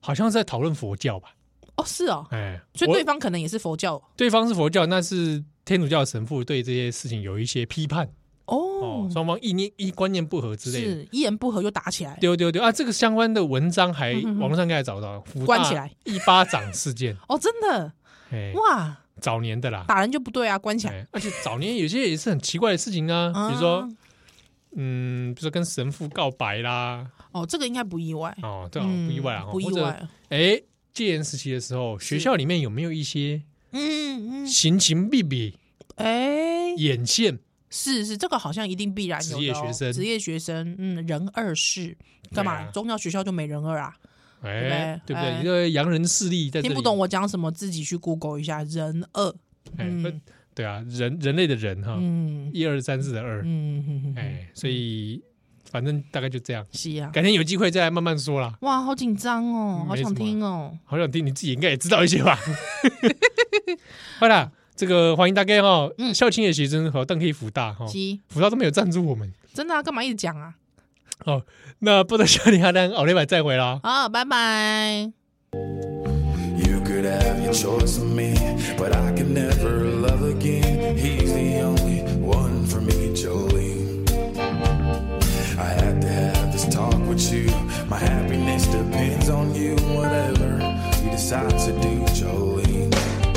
[SPEAKER 2] 好像是在讨论佛教吧？
[SPEAKER 3] 哦，是哦，
[SPEAKER 2] 哎，
[SPEAKER 3] 所以
[SPEAKER 2] 我
[SPEAKER 3] 对方可能也是佛教
[SPEAKER 2] 对方是佛教，那是天主教的神父对这些事情有一些批判哦
[SPEAKER 3] 哦，，
[SPEAKER 2] 双方意念一观念不合之类的。
[SPEAKER 3] 是一言不合就打起来。
[SPEAKER 2] 丢丢丢啊！这个相关的文章还
[SPEAKER 3] 嗯哼哼
[SPEAKER 2] 网络上应该找到，福大
[SPEAKER 3] 关起来
[SPEAKER 2] 一巴掌事 件，
[SPEAKER 3] 哦，真的
[SPEAKER 2] 哎，
[SPEAKER 3] 哇，
[SPEAKER 2] 早年的啦，
[SPEAKER 3] 打人就不对啊，关起来。
[SPEAKER 2] 哎，而且早年有些也是很奇怪的事情啊，比如说
[SPEAKER 3] 啊，
[SPEAKER 2] 嗯，比如说跟神父告白啦，
[SPEAKER 3] 哦，这个应该不意外，
[SPEAKER 2] 哦，这好像不意外啊，
[SPEAKER 3] 嗯
[SPEAKER 2] 哦
[SPEAKER 3] 不意。
[SPEAKER 2] 或者
[SPEAKER 3] 外。
[SPEAKER 2] 哎，戒严时期的时候，学校里面有没有一些
[SPEAKER 3] 嗯嗯，
[SPEAKER 2] 形形必比、
[SPEAKER 3] 哎，
[SPEAKER 2] 眼线？
[SPEAKER 3] 是是，这个好像一定必然有的哦
[SPEAKER 2] 职业学生
[SPEAKER 3] 职业学生，嗯，人二世
[SPEAKER 2] 对
[SPEAKER 3] 干
[SPEAKER 2] 啊
[SPEAKER 3] 嘛？宗教学校就没人二啊？
[SPEAKER 2] 哎，对
[SPEAKER 3] 对
[SPEAKER 2] 不对？
[SPEAKER 3] 不对哎
[SPEAKER 2] 一个洋人势力在这里，
[SPEAKER 3] 听不懂我讲什么，自己去 Google 一下人二。
[SPEAKER 2] 哎，
[SPEAKER 3] 嗯
[SPEAKER 2] 不对啊，人人类的人哈，
[SPEAKER 3] 嗯
[SPEAKER 2] 一二三四的二，
[SPEAKER 3] 嗯哼哼哼，
[SPEAKER 2] 哎，所以反正大概就这样，
[SPEAKER 3] 是啊。
[SPEAKER 2] 改天有机会再来慢慢说啦。
[SPEAKER 3] 哇，好紧张哦，好
[SPEAKER 2] 嗯没
[SPEAKER 3] 想
[SPEAKER 2] 什么啊
[SPEAKER 3] 听哦。
[SPEAKER 2] 好想听，你自己应该也知道一些吧？ 好啦，这个欢迎大家哈，
[SPEAKER 3] 嗯
[SPEAKER 2] 校庆的学生和邓 K 福大哈，
[SPEAKER 3] 是，
[SPEAKER 2] 福大都没有赞助我们
[SPEAKER 3] 真的啊，干嘛一直讲啊？
[SPEAKER 2] 哦。那不得小李阿丹，奥利百再回啦。
[SPEAKER 3] 好，拜拜。
[SPEAKER 4] You could have your choice of me, but I can never love again. He's the only one for me, Jolene. I had to have this talk with you. My happiness depends on you, whatever you decide to do, Jolene.